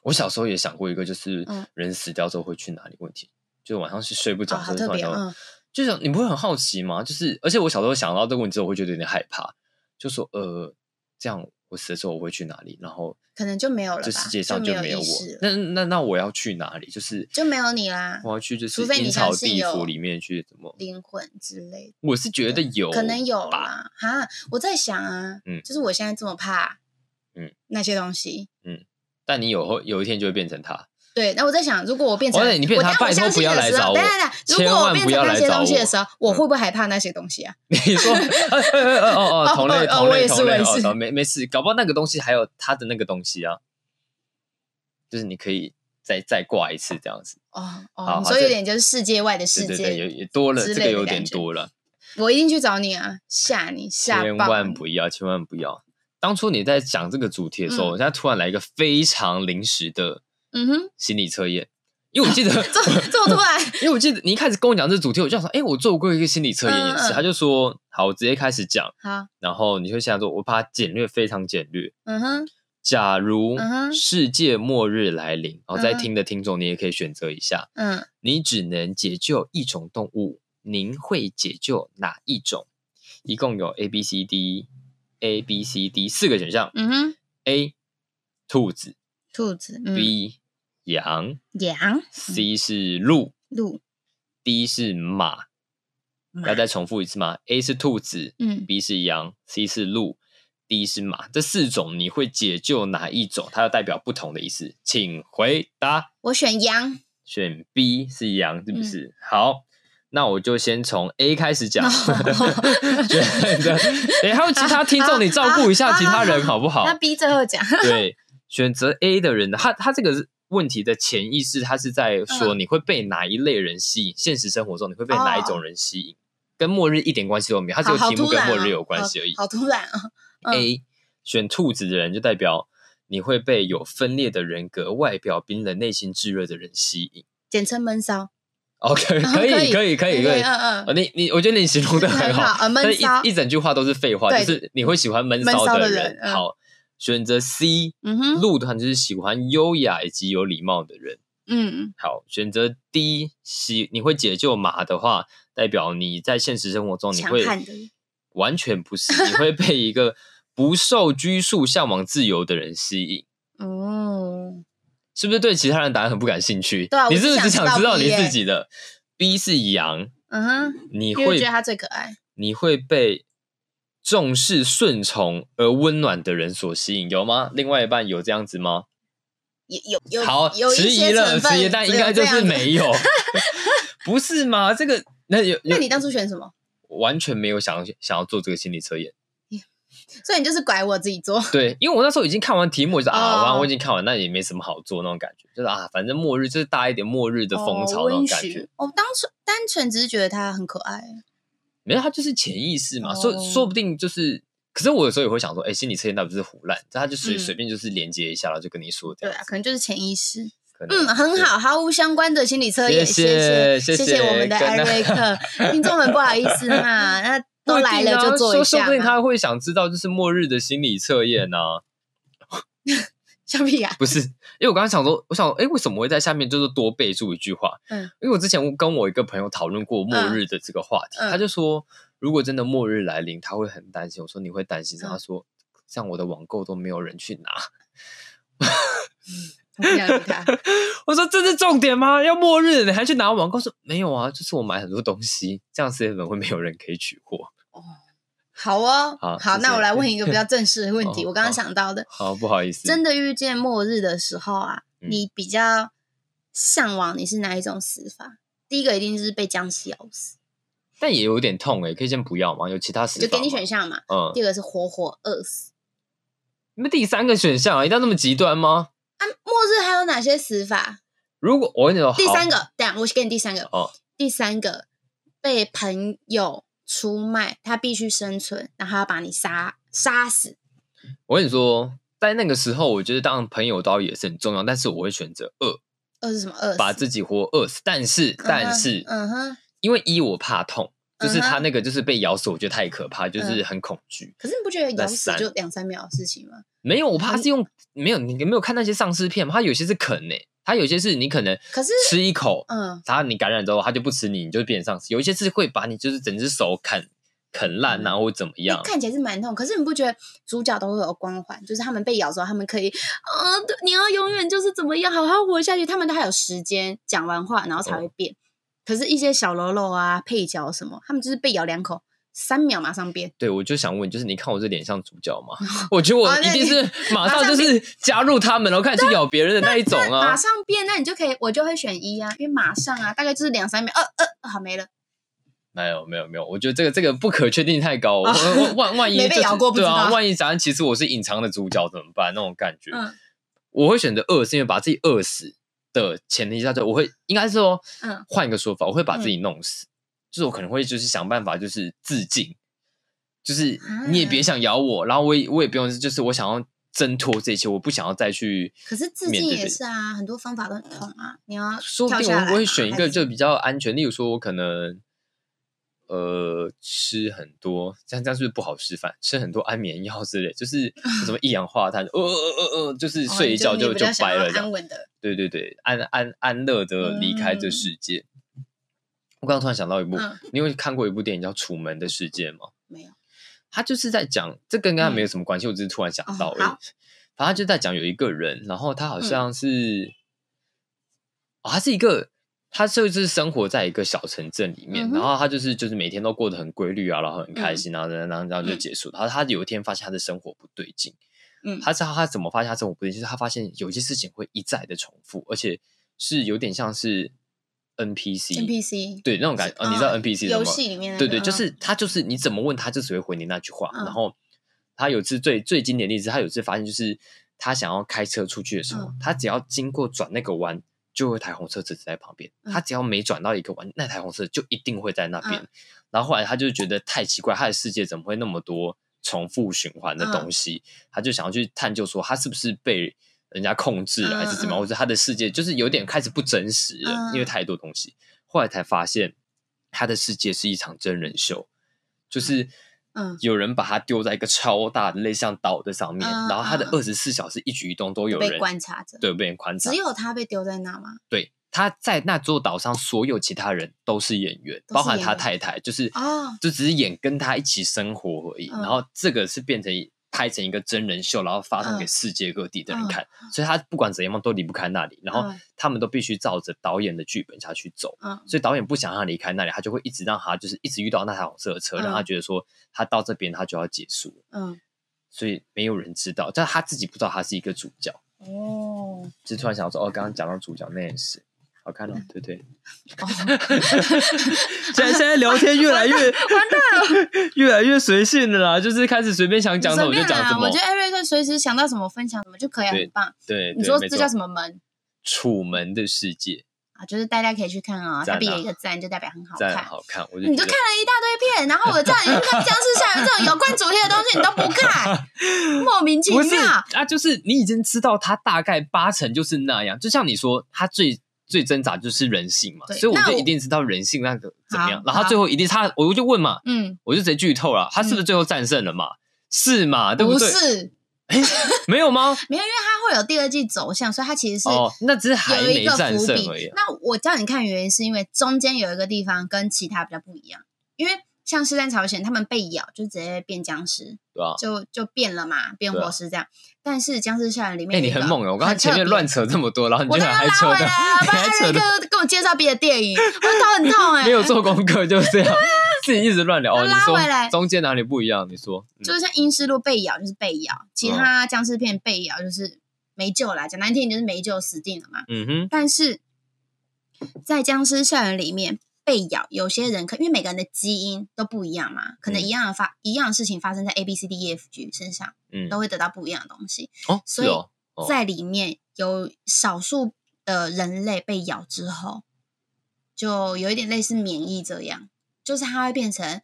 [SPEAKER 1] 我小时候也想过一个，就是
[SPEAKER 2] 嗯
[SPEAKER 1] 人死掉之后会去哪里问题，就晚上是睡不
[SPEAKER 2] 哦，
[SPEAKER 1] 着，
[SPEAKER 2] 好
[SPEAKER 1] 所以
[SPEAKER 2] 特
[SPEAKER 1] 突然
[SPEAKER 2] 别
[SPEAKER 1] 想
[SPEAKER 2] 啊，
[SPEAKER 1] 就想你不会很好奇吗？就是，而且我小时候想到这个问题之后，我会觉得有点害怕，就说呃，这样我死的时候我会去哪里？然后
[SPEAKER 2] 可能就没有了吧
[SPEAKER 1] 这世界上
[SPEAKER 2] 就没有
[SPEAKER 1] 没有
[SPEAKER 2] 意
[SPEAKER 1] 我
[SPEAKER 2] 识了。
[SPEAKER 1] 那那那我要去哪里？就是
[SPEAKER 2] 就没有你啦
[SPEAKER 1] 我要去就是
[SPEAKER 2] 除非你
[SPEAKER 1] 阴
[SPEAKER 2] 相
[SPEAKER 1] 曹
[SPEAKER 2] 信
[SPEAKER 1] 地府
[SPEAKER 2] 有
[SPEAKER 1] 里面去怎么？
[SPEAKER 2] 灵魂之类的，
[SPEAKER 1] 我是觉得有，
[SPEAKER 2] 可能有
[SPEAKER 1] 吧。
[SPEAKER 2] 啦。哈，我在想啊，
[SPEAKER 1] 嗯
[SPEAKER 2] 就是我现在这么怕，
[SPEAKER 1] 嗯，
[SPEAKER 2] 那些东西，
[SPEAKER 1] 但你有后有一天就会变成他，
[SPEAKER 2] 对，那我在想，如果我变成
[SPEAKER 1] 我在你变成他
[SPEAKER 2] 我当我
[SPEAKER 1] 拜托
[SPEAKER 2] 相信
[SPEAKER 1] 不要
[SPEAKER 2] 的
[SPEAKER 1] 来
[SPEAKER 2] 时候
[SPEAKER 1] 找我
[SPEAKER 2] 等一下等一下，
[SPEAKER 1] 千
[SPEAKER 2] 如果
[SPEAKER 1] 万
[SPEAKER 2] 我变
[SPEAKER 1] 不
[SPEAKER 2] 成
[SPEAKER 1] 要
[SPEAKER 2] 那
[SPEAKER 1] 来
[SPEAKER 2] 些
[SPEAKER 1] 找
[SPEAKER 2] 东西的
[SPEAKER 1] 我嗯
[SPEAKER 2] 时候，我会不会害怕那些东西啊？
[SPEAKER 1] 你说呃呃呃哦
[SPEAKER 2] 哦
[SPEAKER 1] 哦，同
[SPEAKER 2] 哦
[SPEAKER 1] 类同
[SPEAKER 2] 我也
[SPEAKER 1] 类
[SPEAKER 2] 是我
[SPEAKER 1] 同类
[SPEAKER 2] 也
[SPEAKER 1] 哦
[SPEAKER 2] 是，
[SPEAKER 1] 同没没事，搞不好那个东西还有他的那个东西啊，就是你可以再再挂一次这样子。
[SPEAKER 2] 哦
[SPEAKER 1] 好
[SPEAKER 2] 哦，
[SPEAKER 1] 好
[SPEAKER 2] 你说有
[SPEAKER 1] 这
[SPEAKER 2] 点就是世界外的世
[SPEAKER 1] 对对对，有
[SPEAKER 2] 界，
[SPEAKER 1] 也多了，
[SPEAKER 2] 之
[SPEAKER 1] 这
[SPEAKER 2] 类的
[SPEAKER 1] 个有
[SPEAKER 2] 感
[SPEAKER 1] 点
[SPEAKER 2] 觉
[SPEAKER 1] 多了，
[SPEAKER 2] 我一定去找你啊，吓你吓
[SPEAKER 1] 千
[SPEAKER 2] 爆
[SPEAKER 1] 万
[SPEAKER 2] 你！
[SPEAKER 1] 不要，千万不要。当初你在讲这个主题的时候，
[SPEAKER 2] 嗯
[SPEAKER 1] 我现在突然来一个非常临时的
[SPEAKER 2] 嗯哼，
[SPEAKER 1] 心理测验，因为我记 得
[SPEAKER 2] 这这么突然，
[SPEAKER 1] 因为我记得你一开始跟我讲这主题，我就想说，哎、我做过一个心理测验也
[SPEAKER 2] 嗯
[SPEAKER 1] 是，
[SPEAKER 2] 嗯
[SPEAKER 1] 他就说，好，我直接开始讲，
[SPEAKER 2] 好，
[SPEAKER 1] 然后你就现在说，我把它简略，非常简略。
[SPEAKER 2] 嗯哼，
[SPEAKER 1] 假如
[SPEAKER 2] 嗯哼
[SPEAKER 1] 世界末日来临，然后在
[SPEAKER 2] 嗯哼
[SPEAKER 1] 听的听众，你也可以选择一下，
[SPEAKER 2] 嗯，
[SPEAKER 1] 你只能解救一种动物，您会解救哪一种？一共有 A、B、C、D、 A、B、C、D 四个选项
[SPEAKER 2] 嗯哼，
[SPEAKER 1] ，A 兔子
[SPEAKER 2] 兔子、嗯、
[SPEAKER 1] ，B 羊
[SPEAKER 2] 羊、
[SPEAKER 1] ，C 是鹿
[SPEAKER 2] 鹿，
[SPEAKER 1] ，D 是马。
[SPEAKER 2] 马
[SPEAKER 1] 要再重复一次吗？A 是兔子
[SPEAKER 2] 嗯，
[SPEAKER 1] ，B 是羊，C 是鹿，D 是马。这四种你会解救哪一种？它要代表不同的意思，请回答。
[SPEAKER 2] 我选羊。
[SPEAKER 1] 选 B 是羊，是
[SPEAKER 2] 嗯
[SPEAKER 1] 不是？好，那我就先从 A 开始讲。
[SPEAKER 2] 哦
[SPEAKER 1] 觉得，哎、还有其他听众，你照顾一下其他人好 不好？
[SPEAKER 2] 那 B 最后讲，
[SPEAKER 1] 对，选择 A 的人呢，他他这个问题的潜意识，他是
[SPEAKER 2] 嗯
[SPEAKER 1] 在说你会被哪一类人吸引？现实生活中你会被哪一种人吸引？跟末日一点关系都没有，它只
[SPEAKER 2] 哦好好
[SPEAKER 1] 有题目
[SPEAKER 2] 突
[SPEAKER 1] 跟
[SPEAKER 2] 然
[SPEAKER 1] 末
[SPEAKER 2] 哦
[SPEAKER 1] 日有关系而已。
[SPEAKER 2] 好好突然啊！嗯
[SPEAKER 1] A 选兔子的人，就代表你会被有分裂的人格、外表冰冷、内心炙热的人吸引。
[SPEAKER 2] 简称闷骚，
[SPEAKER 1] OK，
[SPEAKER 2] 嗯
[SPEAKER 1] 可以，
[SPEAKER 2] 可
[SPEAKER 1] 可以，可以，可以。
[SPEAKER 2] 嗯
[SPEAKER 1] 哦，
[SPEAKER 2] 嗯，
[SPEAKER 1] 你你，我觉得你形容的很
[SPEAKER 2] 很好
[SPEAKER 1] 好，
[SPEAKER 2] 呃闷
[SPEAKER 1] 但是
[SPEAKER 2] 骚
[SPEAKER 1] 一一整句话都是废话，
[SPEAKER 2] 对
[SPEAKER 1] 就是你会喜欢闷
[SPEAKER 2] 闷
[SPEAKER 1] 骚
[SPEAKER 2] 骚的
[SPEAKER 1] 人
[SPEAKER 2] 人。嗯
[SPEAKER 1] 好，选择 C，
[SPEAKER 2] 嗯哼
[SPEAKER 1] 鹿团就是喜欢优雅以及有礼貌的人。
[SPEAKER 2] 嗯
[SPEAKER 1] 好，选择 D，喜你会解救马的话，代表你在现实生活中你
[SPEAKER 2] 强
[SPEAKER 1] 会
[SPEAKER 2] 悍的人
[SPEAKER 1] 完全不是，你 会被一个不受拘束、向往自由的人吸引。
[SPEAKER 2] 哦，
[SPEAKER 1] 是不是对其他人答案很不感兴趣？
[SPEAKER 2] 对啊
[SPEAKER 1] 你
[SPEAKER 2] 我
[SPEAKER 1] 是不
[SPEAKER 2] 只
[SPEAKER 1] 是只
[SPEAKER 2] 想
[SPEAKER 1] 想知
[SPEAKER 2] 知道
[SPEAKER 1] 道你
[SPEAKER 2] B 耶
[SPEAKER 1] 自己的？B 是羊，
[SPEAKER 2] 嗯哼，
[SPEAKER 1] 你
[SPEAKER 2] 因为我
[SPEAKER 1] 会
[SPEAKER 2] 觉得他最可爱，
[SPEAKER 1] 你会被重视、顺从而温暖的人所吸引，有吗？另外一半有这样子吗？
[SPEAKER 2] 也有有
[SPEAKER 1] 好，
[SPEAKER 2] 有一
[SPEAKER 1] 迟疑
[SPEAKER 2] 些成
[SPEAKER 1] 了，迟
[SPEAKER 2] 分
[SPEAKER 1] 疑，，但
[SPEAKER 2] 只
[SPEAKER 1] 应
[SPEAKER 2] 有
[SPEAKER 1] 该就
[SPEAKER 2] 这样
[SPEAKER 1] 是
[SPEAKER 2] 子。
[SPEAKER 1] 没 有， 不是吗？这个那有
[SPEAKER 2] 那
[SPEAKER 1] 有
[SPEAKER 2] 你当初选什么？
[SPEAKER 1] 完全没有想要想要做这个心理测验，
[SPEAKER 2] 所以你就是拐我自己做，
[SPEAKER 1] 对，因为我那时候已经看完题目，我就啊，
[SPEAKER 2] 哦
[SPEAKER 1] 反正我已经看完，那也没什么好做那种感觉，就是啊，反正末日就是大一点末日的风潮那种感觉，
[SPEAKER 2] 哦哦，温煦哦当初单纯只是觉得他很可爱，
[SPEAKER 1] 没有，它就是潜意识嘛，说
[SPEAKER 2] 哦
[SPEAKER 1] 说不定就是。可是我有时候也会想说，哎、心理测验到底是胡乱，但他就随
[SPEAKER 2] 嗯
[SPEAKER 1] 随便就是连接一下，然后就跟你说这
[SPEAKER 2] 对
[SPEAKER 1] 样
[SPEAKER 2] 啊，
[SPEAKER 1] 子。
[SPEAKER 2] 可能就是潜意识。
[SPEAKER 1] 可能
[SPEAKER 2] 嗯，很好，毫无相关的心理测验，
[SPEAKER 1] 谢
[SPEAKER 2] 谢
[SPEAKER 1] 谢谢
[SPEAKER 2] 谢我们的
[SPEAKER 1] 跟
[SPEAKER 2] 艾瑞克 听众们，不好意思哈，那都来了就做
[SPEAKER 1] 啊说
[SPEAKER 2] 一
[SPEAKER 1] 说
[SPEAKER 2] 下
[SPEAKER 1] 不定
[SPEAKER 2] 嘛，
[SPEAKER 1] 他会想知道，就是末日的心理测验呢、啊？
[SPEAKER 2] 小屁啊 呀，
[SPEAKER 1] 不是，因为我刚刚想说，我想，哎，为什么会在下面就是多备注一句话？
[SPEAKER 2] 嗯，
[SPEAKER 1] 因为我之前跟我一个朋友讨论过末日的这个话题，
[SPEAKER 2] 嗯嗯
[SPEAKER 1] 他就说，如果真的末日来临，他会很担心。我说你会担心什么？
[SPEAKER 2] 嗯
[SPEAKER 1] 他说，像我的网购都没有人去拿。
[SPEAKER 2] 我不想理他，
[SPEAKER 1] 我说这是重点吗？要末日你还去拿网购？说没有啊，就是我买很多东西，这样 C 本会没有人可以取货。
[SPEAKER 2] 好哦，
[SPEAKER 1] 好谢谢
[SPEAKER 2] 那我来问一个比较 正式的问题，
[SPEAKER 1] 哦
[SPEAKER 2] 我刚刚
[SPEAKER 1] 好
[SPEAKER 2] 想到的，
[SPEAKER 1] 好，不好意思，
[SPEAKER 2] 真的遇见末日的时候啊，
[SPEAKER 1] 嗯
[SPEAKER 2] 你比较向往你是哪一种死法？第一个一定就是被僵尸咬死，
[SPEAKER 1] 但也有点痛哎、可以先不要吗？有其他死
[SPEAKER 2] 就给
[SPEAKER 1] 法
[SPEAKER 2] 你
[SPEAKER 1] 吗
[SPEAKER 2] 选项嘛。
[SPEAKER 1] 嗯，
[SPEAKER 2] 第二个是活活饿死。
[SPEAKER 1] 你们第三个选项啊一定要那么极端吗？
[SPEAKER 2] 啊，末日还有哪些死法？
[SPEAKER 1] 如果我跟你哦说，
[SPEAKER 2] 第三
[SPEAKER 1] 个
[SPEAKER 2] 个，等一下我给你第三个。
[SPEAKER 1] 哦，
[SPEAKER 2] 第三个被朋友出卖，他必须生存，然后要把你杀杀死。
[SPEAKER 1] 我跟你说，在那个时候，我觉得当然朋友当然也是很重要，但是我会选择饿，
[SPEAKER 2] 饿是什么？饿死
[SPEAKER 1] 把自己活饿死。但是，但是，
[SPEAKER 2] 嗯哼，
[SPEAKER 1] 因为一我怕痛，就是他
[SPEAKER 2] 嗯哼嗯
[SPEAKER 1] 那个就是被咬死，我觉得太可怕，就是很恐惧。
[SPEAKER 2] 可是你嗯不觉得咬死
[SPEAKER 1] 那三
[SPEAKER 2] 就两三秒的事情吗？
[SPEAKER 1] 没有，我怕是用没有，你没有看那些丧尸片吗？它有些是啃诶、它有些是你可能
[SPEAKER 2] 可是
[SPEAKER 1] 吃一口，
[SPEAKER 2] 嗯，
[SPEAKER 1] 它你感染之后它就不吃你，你就变成丧尸。有一些是会把你就是整只手啃啃
[SPEAKER 2] 嗯
[SPEAKER 1] 烂啊，或者怎么样。
[SPEAKER 2] 看起来是蛮痛，可是你不觉得主角都会有光环？就是他们被咬之后，他们可以，啊、对，你要永远就是怎么样，好好活下去。他们都还有时间讲完话，然后
[SPEAKER 1] 哦
[SPEAKER 2] 才会变。可是，一些小喽啰啊、配角什么，他们就是被咬两口，三秒马上变。
[SPEAKER 1] 对，我就想问，就是你看我这脸像主角 吗？我觉得我
[SPEAKER 2] 哦
[SPEAKER 1] 一
[SPEAKER 2] 那
[SPEAKER 1] 定
[SPEAKER 2] 你
[SPEAKER 1] 是马
[SPEAKER 2] 马
[SPEAKER 1] 上
[SPEAKER 2] 上
[SPEAKER 1] 就是加入他们，然后开始去咬别人的那一种
[SPEAKER 2] 马
[SPEAKER 1] 啊。
[SPEAKER 2] 上变，那你就可以，我就会选一啊，因为马上啊，大概就是两三秒，呃呃，好没了，
[SPEAKER 1] 没有没有没有，我觉得这个这个不可确定太高，我
[SPEAKER 2] 哦
[SPEAKER 1] 我我万万一
[SPEAKER 2] 没被
[SPEAKER 1] 就是
[SPEAKER 2] 咬过不
[SPEAKER 1] 对啊，
[SPEAKER 2] 知道
[SPEAKER 1] 万一答案其实我是隐藏的主角怎么办？那种感觉，
[SPEAKER 2] 嗯
[SPEAKER 1] 我会选择饿，是因为把自己饿死的前提下，就我会应该是说，
[SPEAKER 2] 嗯
[SPEAKER 1] 换一个说法，我会把自己弄死，就是我可能会就是想办法就是自尽，就是你也别
[SPEAKER 2] 啊
[SPEAKER 1] 想咬我，然后我也我也不用就是我想要挣脱这一切，我不想要再去
[SPEAKER 2] 可是自
[SPEAKER 1] 面
[SPEAKER 2] 尽
[SPEAKER 1] 对
[SPEAKER 2] 也
[SPEAKER 1] 这
[SPEAKER 2] 是啊，很多方法都很痛啊，你要
[SPEAKER 1] 说不
[SPEAKER 2] 跳
[SPEAKER 1] 定
[SPEAKER 2] 下
[SPEAKER 1] 我
[SPEAKER 2] 来
[SPEAKER 1] 会
[SPEAKER 2] 嘛
[SPEAKER 1] 选一
[SPEAKER 2] 还
[SPEAKER 1] 个
[SPEAKER 2] 是哦
[SPEAKER 1] 就比较安全，例如说，我可能呃吃很多，这样这样是不是不好示范？吃很多安眠药之类，就是 什么一氧化碳，呃呃呃呃，就是
[SPEAKER 2] 哦
[SPEAKER 1] 睡一
[SPEAKER 2] 你
[SPEAKER 1] 觉
[SPEAKER 2] 你
[SPEAKER 1] 就
[SPEAKER 2] 比
[SPEAKER 1] 就
[SPEAKER 2] 较想
[SPEAKER 1] 掰
[SPEAKER 2] 要
[SPEAKER 1] 了这
[SPEAKER 2] 安
[SPEAKER 1] 样。
[SPEAKER 2] 稳的，
[SPEAKER 1] 对对对，安安安乐的离开这
[SPEAKER 2] 嗯
[SPEAKER 1] 世界。我刚刚突然想到一部
[SPEAKER 2] 嗯，
[SPEAKER 1] 你有看过一部电影叫《楚门的世界》吗？
[SPEAKER 2] 没有，
[SPEAKER 1] 他就是在讲这跟刚才没有什么关系，我只是突然想到而已。
[SPEAKER 2] 嗯哦好 嗯
[SPEAKER 1] 反正他就在讲有一个人，然后他好像是，哦，他是一个，他就是生活在一个小城镇里面，
[SPEAKER 2] 嗯哼嗯
[SPEAKER 1] 然后他就是就是每天都过得很规律啊，然后很开心啊，然后然后然后就结束。然后他有一天发现他的生活不对劲，
[SPEAKER 2] 嗯
[SPEAKER 1] 他知道他怎么发现他生活不对劲，就是他发现有些事情会一再的重复，而且是有点像是 NPC。
[SPEAKER 2] NPC
[SPEAKER 1] 对，那种感觉，哦，你知道 NPC 是什么
[SPEAKER 2] 啊嗯游
[SPEAKER 1] 吗
[SPEAKER 2] 戏里面那
[SPEAKER 1] 对
[SPEAKER 2] 个
[SPEAKER 1] 对，
[SPEAKER 2] 嗯
[SPEAKER 1] 就是他就是你怎么问他，就只会回你那句话。
[SPEAKER 2] 嗯
[SPEAKER 1] 然后他有一次最最经典的例子，他有一次发现就是他想要开车出去的时候，
[SPEAKER 2] 嗯
[SPEAKER 1] 他只要经过转那个弯，就有一台红色车子在旁边。
[SPEAKER 2] 嗯
[SPEAKER 1] 他只要每转到一个弯，那台红色就一定会在那边。
[SPEAKER 2] 嗯
[SPEAKER 1] 然后后来他就觉得太奇怪，他的世界怎么会那么多重复循环的
[SPEAKER 2] 嗯
[SPEAKER 1] 东西？他就想要去探究说他是不是被。人家控制了还是怎么
[SPEAKER 2] 嗯
[SPEAKER 1] 样，
[SPEAKER 2] 嗯
[SPEAKER 1] 或者他的世界就是有点开始不真实了，因
[SPEAKER 2] 嗯
[SPEAKER 1] 为太多东西。后来才发现，他的世界是一场真人秀，就是
[SPEAKER 2] 嗯
[SPEAKER 1] 有人把他丢在一个超大的类似像岛的上面，
[SPEAKER 2] 嗯
[SPEAKER 1] 然后他的
[SPEAKER 2] 嗯
[SPEAKER 1] 二十四小时一举一动都有
[SPEAKER 2] 被
[SPEAKER 1] 人
[SPEAKER 2] 观察着，
[SPEAKER 1] 对被人观察
[SPEAKER 2] 只。有他被丢在那吗？
[SPEAKER 1] 对，他在那座岛上所有其他人都是演员，
[SPEAKER 2] 都是
[SPEAKER 1] 包含他
[SPEAKER 2] 演员
[SPEAKER 1] 太太，就是
[SPEAKER 2] 哦
[SPEAKER 1] 就只是演跟他一起生活而已。
[SPEAKER 2] 嗯
[SPEAKER 1] 然后这个是变成拍成一个真人秀，然后发送给
[SPEAKER 2] 嗯
[SPEAKER 1] 世界各地的人看，所以他不管怎样都离不开那里，然后
[SPEAKER 2] 嗯
[SPEAKER 1] 他们都必须照着导演的剧本下去走。
[SPEAKER 2] 嗯
[SPEAKER 1] 所以导演不想让他离开那里，他就会一直让他就是一直遇到那台红色的车，
[SPEAKER 2] 嗯
[SPEAKER 1] 让他觉得说他到这边他就要结束了，
[SPEAKER 2] 嗯
[SPEAKER 1] 所以没有人知道，但他自己不知道他是一个主角，
[SPEAKER 2] 哦，
[SPEAKER 1] 只是突然想到说哦，刚刚讲到主角那件事。好看哦，对对，
[SPEAKER 2] 哦
[SPEAKER 1] 现在现在聊天越来越 越来越随性了啦，就是开始随便想讲什
[SPEAKER 2] 随
[SPEAKER 1] 么就
[SPEAKER 2] 便
[SPEAKER 1] 讲什
[SPEAKER 2] 啦，
[SPEAKER 1] 么
[SPEAKER 2] 我觉，得艾瑞克随时想到什么分享什么就可以，
[SPEAKER 1] 对
[SPEAKER 2] 很棒。
[SPEAKER 1] 对
[SPEAKER 2] 你
[SPEAKER 1] 对，
[SPEAKER 2] 说
[SPEAKER 1] 没
[SPEAKER 2] 这
[SPEAKER 1] 错
[SPEAKER 2] 叫什么门
[SPEAKER 1] 楚门的世界，
[SPEAKER 2] 啊？就是大家可以去看啊，
[SPEAKER 1] 赞啊
[SPEAKER 2] 他比了一个赞，就代表很好
[SPEAKER 1] 再
[SPEAKER 2] 看。
[SPEAKER 1] 好看，我就
[SPEAKER 2] 你就看
[SPEAKER 1] 觉得
[SPEAKER 2] 了一大堆片，然后我叫你去看僵尸校园这种有关主题的东西，你都不 看，莫名其
[SPEAKER 1] 不是
[SPEAKER 2] 妙。
[SPEAKER 1] 啊，就是你已经知道他大概八成就是那样，就像你说，他最最挣扎就是人性嘛，
[SPEAKER 2] 对
[SPEAKER 1] 所以我
[SPEAKER 2] 那
[SPEAKER 1] 就
[SPEAKER 2] 我
[SPEAKER 1] 一定知道人性那个怎么样
[SPEAKER 2] 好，
[SPEAKER 1] 然后他最后一定他，我就问嘛，
[SPEAKER 2] 嗯，
[SPEAKER 1] 我就直接剧透了，他是不是最后战胜了嘛？是嘛？对
[SPEAKER 2] 不
[SPEAKER 1] 对？
[SPEAKER 2] 是，
[SPEAKER 1] 没有吗？
[SPEAKER 2] 没有，因为它会有第二季走向，所以它其实是
[SPEAKER 1] 哦，那只是还
[SPEAKER 2] 有一
[SPEAKER 1] 没
[SPEAKER 2] 个
[SPEAKER 1] 战
[SPEAKER 2] 伏
[SPEAKER 1] 胜
[SPEAKER 2] 笔
[SPEAKER 1] 而已。啊。
[SPEAKER 2] 那我叫你看原因是因为中间有一个地方跟其他比较不一样，因为像是在朝鲜，他们被咬就直接变僵尸，
[SPEAKER 1] 对吧？
[SPEAKER 2] 就就变了嘛，变
[SPEAKER 1] 对啊
[SPEAKER 2] 活尸这样。但是僵尸校园里
[SPEAKER 1] 哎，
[SPEAKER 2] 面，
[SPEAKER 1] 你很猛哎！我刚刚前面乱，扯这么多，然后你
[SPEAKER 2] 我
[SPEAKER 1] 居
[SPEAKER 2] 当
[SPEAKER 1] 然
[SPEAKER 2] 然
[SPEAKER 1] 还
[SPEAKER 2] 要
[SPEAKER 1] 扯
[SPEAKER 2] 拉回
[SPEAKER 1] 的，
[SPEAKER 2] 来啊，
[SPEAKER 1] 你
[SPEAKER 2] 不
[SPEAKER 1] 还
[SPEAKER 2] 然
[SPEAKER 1] 扯
[SPEAKER 2] 那
[SPEAKER 1] 的
[SPEAKER 2] 个跟我介绍别的电影，我头很痛哎。
[SPEAKER 1] 没有做功课就这 样，自己一直乱聊。哦，你
[SPEAKER 2] 拉
[SPEAKER 1] 说
[SPEAKER 2] 回来
[SPEAKER 1] 中间哪里不一样？你说嗯
[SPEAKER 2] 就是像《阴尸路》被咬就是被咬，其他僵尸片被咬就是没救啦，讲难听点就是没救，死定了嘛。
[SPEAKER 1] 嗯哼，
[SPEAKER 2] 但是在僵尸校园里面被咬，有些人可因为每个人的基因都不一样嘛，可能
[SPEAKER 1] 嗯
[SPEAKER 2] 一样的发、一样的事情发生在 A B C D E F G 身上，
[SPEAKER 1] 嗯
[SPEAKER 2] 都，会得到不一样的东西。
[SPEAKER 1] 哦，是
[SPEAKER 2] 所以
[SPEAKER 1] 哦，哦
[SPEAKER 2] 在里面有少数的人类被咬之后，就有一点类似免疫这样，就是它会变成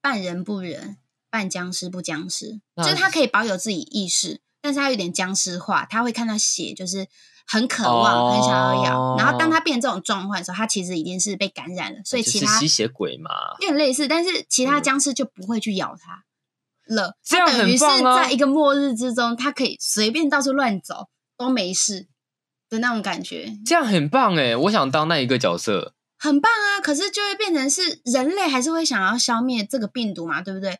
[SPEAKER 2] 半人不人，半僵尸不僵尸，
[SPEAKER 1] 那
[SPEAKER 2] 就是它可以保有自己意识，但是它有点僵尸化，它会看到血就是。很渴望，
[SPEAKER 1] 哦
[SPEAKER 2] 很想要咬。然后当它变成这种状况的时候，它其实已经是被感染了，所以
[SPEAKER 1] 就
[SPEAKER 2] 其
[SPEAKER 1] 是
[SPEAKER 2] 他
[SPEAKER 1] 吸血鬼嘛，
[SPEAKER 2] 有点类似，但是其他
[SPEAKER 1] 嗯
[SPEAKER 2] 僵尸就不会去咬它了。
[SPEAKER 1] 这
[SPEAKER 2] 它
[SPEAKER 1] 样
[SPEAKER 2] 等于
[SPEAKER 1] 很
[SPEAKER 2] 是
[SPEAKER 1] 棒啊
[SPEAKER 2] 在一个末日之中，它可以随便到处乱走都没事的那种感觉，
[SPEAKER 1] 这样很棒哎！我想当那一个角色，
[SPEAKER 2] 很棒啊！可是就会变成是人类还是会想要消灭这个病毒嘛，对不对？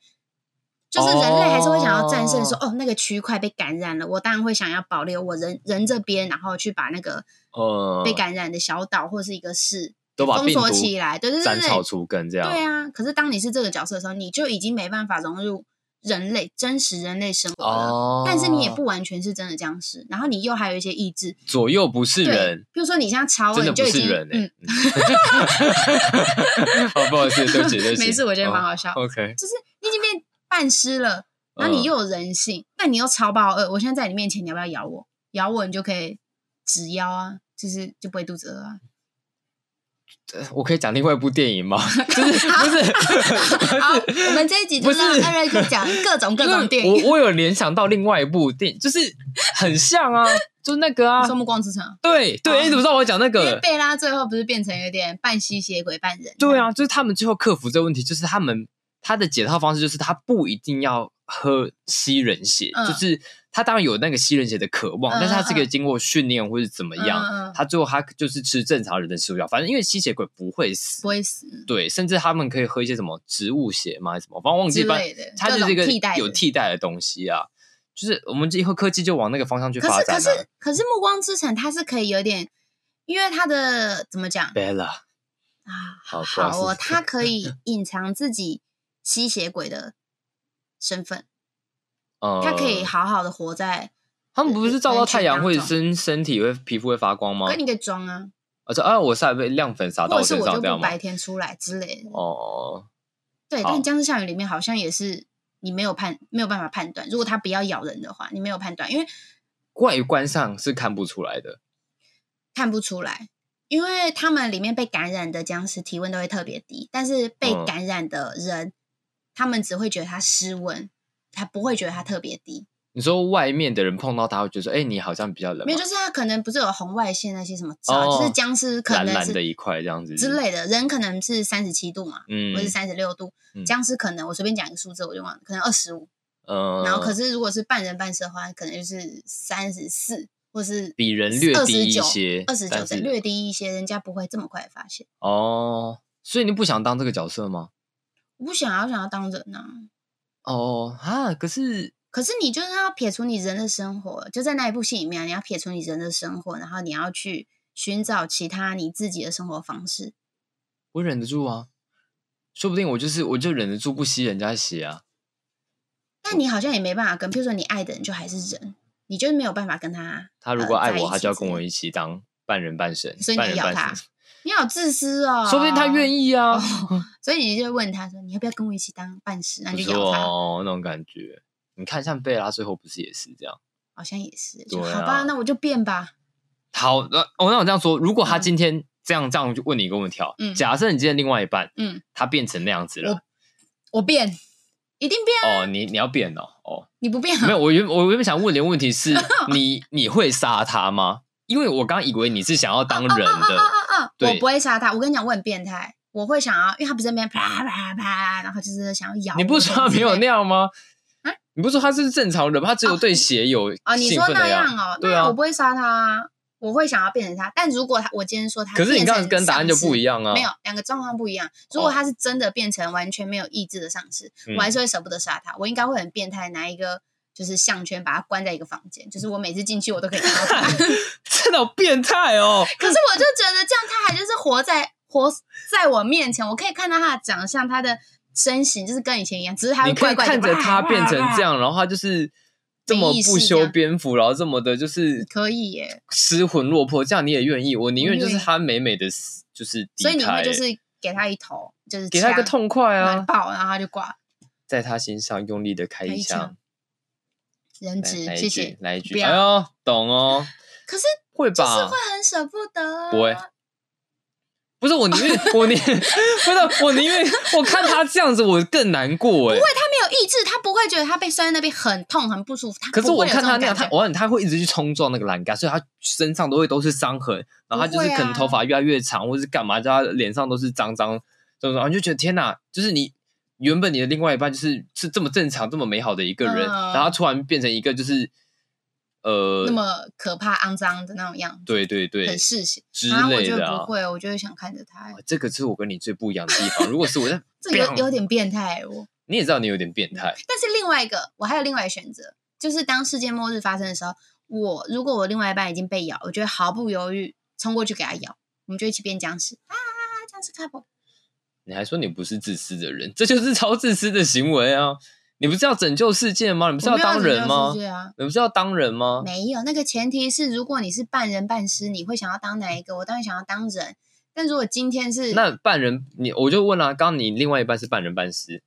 [SPEAKER 2] 就是人类还是会想要战胜说，哦，那个区块被感染了，我当然会想要保留我人人这边，然后去把那个
[SPEAKER 1] 呃，
[SPEAKER 2] 被感染的小岛或是一个市
[SPEAKER 1] 都把
[SPEAKER 2] 封
[SPEAKER 1] 病毒
[SPEAKER 2] 锁起来，对对对
[SPEAKER 1] 斩
[SPEAKER 2] 对，
[SPEAKER 1] 草除根这样，
[SPEAKER 2] 对啊，可是当你是这个角色的时候，你就已经没办法融入人类真实人类生活了。
[SPEAKER 1] 哦，
[SPEAKER 2] 啊但是你也不完全是真的僵尸，然后你又还有一些意志。
[SPEAKER 1] 左右不是
[SPEAKER 2] 对
[SPEAKER 1] 人，，
[SPEAKER 2] 比如说你像乔
[SPEAKER 1] 真
[SPEAKER 2] 恩，
[SPEAKER 1] 的
[SPEAKER 2] 你就
[SPEAKER 1] 不
[SPEAKER 2] 已
[SPEAKER 1] 是
[SPEAKER 2] 经
[SPEAKER 1] 人哎
[SPEAKER 2] 嗯，。
[SPEAKER 1] 哦， 不好意思，对不起，对 不起，
[SPEAKER 2] 没事，我觉得蛮好笑。
[SPEAKER 1] 哦 OK，嗯
[SPEAKER 2] 就是你已经变半尸了，然后你又有人性，但你又超暴饿。我现在在你面前，你要不要咬我？咬我，你就可以直腰啊，就是就不会肚子饿 啊。
[SPEAKER 1] 呃我可以讲另外一部电 影吗？就是不是
[SPEAKER 2] 好，我们这一集就
[SPEAKER 1] 不是
[SPEAKER 2] 让艾瑞克 讲各种各种电
[SPEAKER 1] 因为
[SPEAKER 2] 影，
[SPEAKER 1] 我我有联想到另外一部电影，就是很像啊，就那个啊
[SPEAKER 2] 你说，暮光之城啊。
[SPEAKER 1] 对 对，
[SPEAKER 2] 哦
[SPEAKER 1] 哎你怎么知道我讲那
[SPEAKER 2] 因为
[SPEAKER 1] 个？
[SPEAKER 2] 贝拉最后不是变成有点半吸血鬼半人？
[SPEAKER 1] 啊对，啊，就是他们最后克服这个问题，就是他们他的解套方式就是他不一定要喝吸人血，
[SPEAKER 2] 嗯
[SPEAKER 1] 就是他当然有那个吸人血的渴望，
[SPEAKER 2] 嗯
[SPEAKER 1] 但是他这个
[SPEAKER 2] 嗯
[SPEAKER 1] 经过训练或是怎么样，
[SPEAKER 2] 嗯嗯嗯
[SPEAKER 1] 他最后他就是吃正常人的食物药，反正因为吸血鬼不会死
[SPEAKER 2] 不，会死
[SPEAKER 1] 对，甚至他们可以喝一些什么植物血嘛，还是什么，反正忘记
[SPEAKER 2] 之
[SPEAKER 1] 吧，
[SPEAKER 2] 类的，
[SPEAKER 1] 它就是
[SPEAKER 2] 各
[SPEAKER 1] 一个
[SPEAKER 2] 种替代的
[SPEAKER 1] 有替代的东西啊。就是我们以后科技就往那个方向去
[SPEAKER 2] 可
[SPEAKER 1] 发
[SPEAKER 2] 是
[SPEAKER 1] 展啊
[SPEAKER 2] 可
[SPEAKER 1] 了、
[SPEAKER 2] 是可是《暮光之城》它是可以有点，因为它的怎么讲
[SPEAKER 1] Bella，
[SPEAKER 2] 啊？
[SPEAKER 1] 好不好意
[SPEAKER 2] 好
[SPEAKER 1] 思
[SPEAKER 2] 哦，它可以隐藏自己吸血鬼的身 份，
[SPEAKER 1] 呃，
[SPEAKER 2] 它可以好好的活在，
[SPEAKER 1] 他们不是照到太阳会
[SPEAKER 2] 人群当
[SPEAKER 1] 身身体会皮肤会发光吗
[SPEAKER 2] 可？你可以装啊，
[SPEAKER 1] 我说啊，我是还被亮粉洒到
[SPEAKER 2] 或者是
[SPEAKER 1] 身
[SPEAKER 2] 我
[SPEAKER 1] 上
[SPEAKER 2] 就
[SPEAKER 1] 这样
[SPEAKER 2] 不
[SPEAKER 1] 吗
[SPEAKER 2] 白？天出来之类的。
[SPEAKER 1] 哦，
[SPEAKER 2] 对，
[SPEAKER 1] 好
[SPEAKER 2] 但《僵尸校园》里面好像也是你没有判没有办法判断，如果它不要咬人的话，你没有判断，因为
[SPEAKER 1] 外观上是看不出来的。
[SPEAKER 2] 看不出来，因为他们里面被感染的僵尸体温都会特别低，但是被
[SPEAKER 1] 嗯
[SPEAKER 2] 感染的人，他们只会觉得他失温，他不会觉得他特别低。
[SPEAKER 1] 你说外面的人碰到他会觉得说，哎、你好像比较冷
[SPEAKER 2] 没
[SPEAKER 1] 嘛，
[SPEAKER 2] 有，就是他可能不是有红外线那些什么照，
[SPEAKER 1] 哦
[SPEAKER 2] 就是僵尸可
[SPEAKER 1] 蓝
[SPEAKER 2] 能
[SPEAKER 1] 蓝的
[SPEAKER 2] 是
[SPEAKER 1] 一块这样子
[SPEAKER 2] 之，类的，人可能是三十七度嘛，
[SPEAKER 1] 嗯
[SPEAKER 2] 或是三十六度，
[SPEAKER 1] 嗯
[SPEAKER 2] 僵尸可能我随便讲一个数字我就忘了，可能二十五，
[SPEAKER 1] 嗯，
[SPEAKER 2] 然后可是如果是半人半尸的话，可能就是三十四。或是
[SPEAKER 1] 比人略
[SPEAKER 2] 二
[SPEAKER 1] 低
[SPEAKER 2] 十
[SPEAKER 1] 一
[SPEAKER 2] 九
[SPEAKER 1] 些，
[SPEAKER 2] 二十九
[SPEAKER 1] 但
[SPEAKER 2] 对，
[SPEAKER 1] 是
[SPEAKER 2] 略低一些，人家不会这么快发现。
[SPEAKER 1] 哦，所以你不想当这个角色吗？
[SPEAKER 2] 我不想要想要当人呐、
[SPEAKER 1] 哦啊，可是
[SPEAKER 2] 可是你就是要撇除你人的生活，就在那一部戏里面啊、你要撇除你人的生活，然后你要去寻找其他你自己的生活方式。
[SPEAKER 1] 我忍得住啊，说不定我就是我就忍得住不吸人家血啊。
[SPEAKER 2] 但你好像也没办法跟，譬如说你爱的人就还是人，你就是没有办法跟他。
[SPEAKER 1] 他如果爱
[SPEAKER 2] 呃在一
[SPEAKER 1] 我，
[SPEAKER 2] 起
[SPEAKER 1] 他就要跟
[SPEAKER 2] 之类
[SPEAKER 1] 我一起当半人半神，
[SPEAKER 2] 所以你
[SPEAKER 1] 半人
[SPEAKER 2] 要
[SPEAKER 1] 半
[SPEAKER 2] 他
[SPEAKER 1] 神，
[SPEAKER 2] 你好自私哦，
[SPEAKER 1] 说不定他愿
[SPEAKER 2] 意。
[SPEAKER 1] 意啊，
[SPEAKER 2] 哦 所以你就问他说：“你要不要跟我一起当伴食？”那
[SPEAKER 1] 不
[SPEAKER 2] 你就咬
[SPEAKER 1] 错
[SPEAKER 2] 他，
[SPEAKER 1] 哦，那种感觉。你看，像贝拉最后不是也是这样？
[SPEAKER 2] 好像也是。
[SPEAKER 1] 对
[SPEAKER 2] 就
[SPEAKER 1] 啊
[SPEAKER 2] 好吧，那我就变吧。
[SPEAKER 1] 好，那哦，那我这样说，如果他
[SPEAKER 2] 嗯
[SPEAKER 1] 今天这样这样，我就问你一个问题啊，
[SPEAKER 2] 嗯
[SPEAKER 1] 假设你今天另外一半，
[SPEAKER 2] 嗯，
[SPEAKER 1] 他变成那样子了，
[SPEAKER 2] 我变，一定变啊。
[SPEAKER 1] 哦，你你要变哦，哦，
[SPEAKER 2] 你不 变啊，
[SPEAKER 1] 没有，我原我原本想问你的问题 是你你会杀他吗？因为我刚以为你是想要当人
[SPEAKER 2] 啊
[SPEAKER 1] 的，
[SPEAKER 2] 啊啊！
[SPEAKER 1] 对
[SPEAKER 2] 我不会杀他。我跟你讲，我很变态，我会想要，因为他不是在那边啪啪啪，然后就是想要咬我。
[SPEAKER 1] 你不是说他没有那
[SPEAKER 2] 样
[SPEAKER 1] 样吗
[SPEAKER 2] 啊？
[SPEAKER 1] 你不是说他是正常人吗？他只有对血有
[SPEAKER 2] 哦？你
[SPEAKER 1] 兴
[SPEAKER 2] 说
[SPEAKER 1] 奋
[SPEAKER 2] 那
[SPEAKER 1] 的
[SPEAKER 2] 样哦？那
[SPEAKER 1] 对啊
[SPEAKER 2] 样我不会杀他啊，我会想要变成他。但如果他，我今天说他，
[SPEAKER 1] 可是你刚刚跟答案就不一
[SPEAKER 2] 样。
[SPEAKER 1] 样啊。
[SPEAKER 2] 没有，两个状况不一样。如果他是真的变成完全没有意志的丧尸，
[SPEAKER 1] 嗯
[SPEAKER 2] 我 还是会舍不得杀他。我应该会很变态，拿一个就是项圈把他关在一个房间，就是我每次进去我都可以看到他。可是
[SPEAKER 1] 真的好变态哦！
[SPEAKER 2] 我就觉得这样，他还就是活在活在我面前，我可以看到他的长相，他的身形就是跟以前一样，只是他会
[SPEAKER 1] 你可
[SPEAKER 2] 怪
[SPEAKER 1] 以
[SPEAKER 2] 怪的
[SPEAKER 1] 看着他变成这，
[SPEAKER 2] 哇哇哇
[SPEAKER 1] 样，然后他就是这么不修边幅，然后这么的就是
[SPEAKER 2] 可以耶。
[SPEAKER 1] 失魂落魄，这样你也愿意？我宁愿就是
[SPEAKER 2] 我愿意
[SPEAKER 1] 他美美的，就是
[SPEAKER 2] 所以
[SPEAKER 1] 离
[SPEAKER 2] 你
[SPEAKER 1] 开
[SPEAKER 2] 会就是给他一头，就是
[SPEAKER 1] 给他一个
[SPEAKER 2] 枪
[SPEAKER 1] 痛快
[SPEAKER 2] 把他
[SPEAKER 1] 啊，
[SPEAKER 2] 爆，然后他就挂。
[SPEAKER 1] 在他心上用力的开
[SPEAKER 2] 开
[SPEAKER 1] 一
[SPEAKER 2] 一
[SPEAKER 1] 枪
[SPEAKER 2] 枪。人
[SPEAKER 1] 来
[SPEAKER 2] 质
[SPEAKER 1] 来，
[SPEAKER 2] 谢
[SPEAKER 1] 一句
[SPEAKER 2] 谢，。
[SPEAKER 1] 来一句，
[SPEAKER 2] 不
[SPEAKER 1] 哎
[SPEAKER 2] 要
[SPEAKER 1] 呦，懂哦，
[SPEAKER 2] 可是
[SPEAKER 1] 会
[SPEAKER 2] 就是
[SPEAKER 1] 吧
[SPEAKER 2] 会？很舍不得啊，
[SPEAKER 1] 不会不是我宁愿我宁不是我宁愿我看他这样子，我更难过哎。
[SPEAKER 2] 他没有意志，他不会觉得他被拴在那边很痛很不舒服。他
[SPEAKER 1] 可是
[SPEAKER 2] 不
[SPEAKER 1] 我
[SPEAKER 2] 会有
[SPEAKER 1] 看他
[SPEAKER 2] 这种
[SPEAKER 1] 那样，
[SPEAKER 2] 感
[SPEAKER 1] 他
[SPEAKER 2] 觉
[SPEAKER 1] 偶尔他会一直去冲撞那个栏杆，所以他身上都会都是伤痕，然后他就是
[SPEAKER 2] 不会啊
[SPEAKER 1] 可能头发越来越长，或是干嘛，就他脸上都是脏脏，就是然后你就觉得天哪，就是你原本你的另外一半就是是这么正常、这么美好的一个人，
[SPEAKER 2] 嗯
[SPEAKER 1] 然后突然变成一个就是呃
[SPEAKER 2] 那，么可怕肮脏的那种样子，
[SPEAKER 1] 对对对
[SPEAKER 2] 很嗜血
[SPEAKER 1] 之
[SPEAKER 2] 然后我
[SPEAKER 1] 类
[SPEAKER 2] 觉
[SPEAKER 1] 的
[SPEAKER 2] 得
[SPEAKER 1] 啊
[SPEAKER 2] 不。会，我就会想看着他
[SPEAKER 1] 啊，这个是我跟你最不一样的地方。如果是我在，
[SPEAKER 2] 这有
[SPEAKER 1] 砰
[SPEAKER 2] 有点变态我。
[SPEAKER 1] 你也知道你有点变态，
[SPEAKER 2] 但是另外一个，我还有另外一个选择，就是当世界末日发生的时候，我如果我另外一半已经被咬，我就会毫不犹豫冲过去给他咬，我们就一起变僵尸啊，僵尸 couple。
[SPEAKER 1] 你还说你不是自私的人，这就是超自私的行为啊！你不是要拯救世界吗？你不是
[SPEAKER 2] 我没有
[SPEAKER 1] 当人吗
[SPEAKER 2] 拯救世？界啊？
[SPEAKER 1] 你不是要当人吗？
[SPEAKER 2] 没有，那个前提是，如果你是半人半尸，你会想要当哪一个？我当然想要当人。但如果今天是
[SPEAKER 1] 那半人，你我就问了、刚刚你另外一半是半人半尸，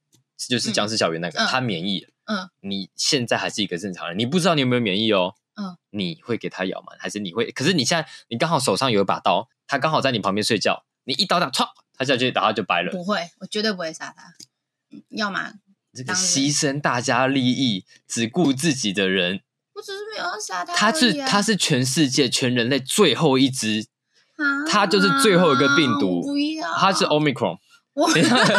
[SPEAKER 1] 就是僵尸小圆那个，
[SPEAKER 2] 嗯
[SPEAKER 1] 他免疫了，
[SPEAKER 2] 嗯，
[SPEAKER 1] 你现在还是一个正常人，你不知道你有没有免疫哦，
[SPEAKER 2] 嗯，
[SPEAKER 1] 你会给他咬吗？还是你会？可是你现在你刚好手上有一把刀，他刚好在你旁边睡觉，你一刀打，唰，他下去，然后就白了。
[SPEAKER 2] 不会，我绝对不会杀他。嗯要么
[SPEAKER 1] 这个
[SPEAKER 2] 当然
[SPEAKER 1] 牺牲大家利益，只顾自己的人，
[SPEAKER 2] 我只是没有要杀他、而
[SPEAKER 1] 他是
[SPEAKER 2] 已啊
[SPEAKER 1] 他是全世界全人类最后一只，
[SPEAKER 2] 啊
[SPEAKER 1] 他就是最后一个病毒
[SPEAKER 2] 我不要，
[SPEAKER 1] 他是 omicron。
[SPEAKER 2] 我
[SPEAKER 1] 你这样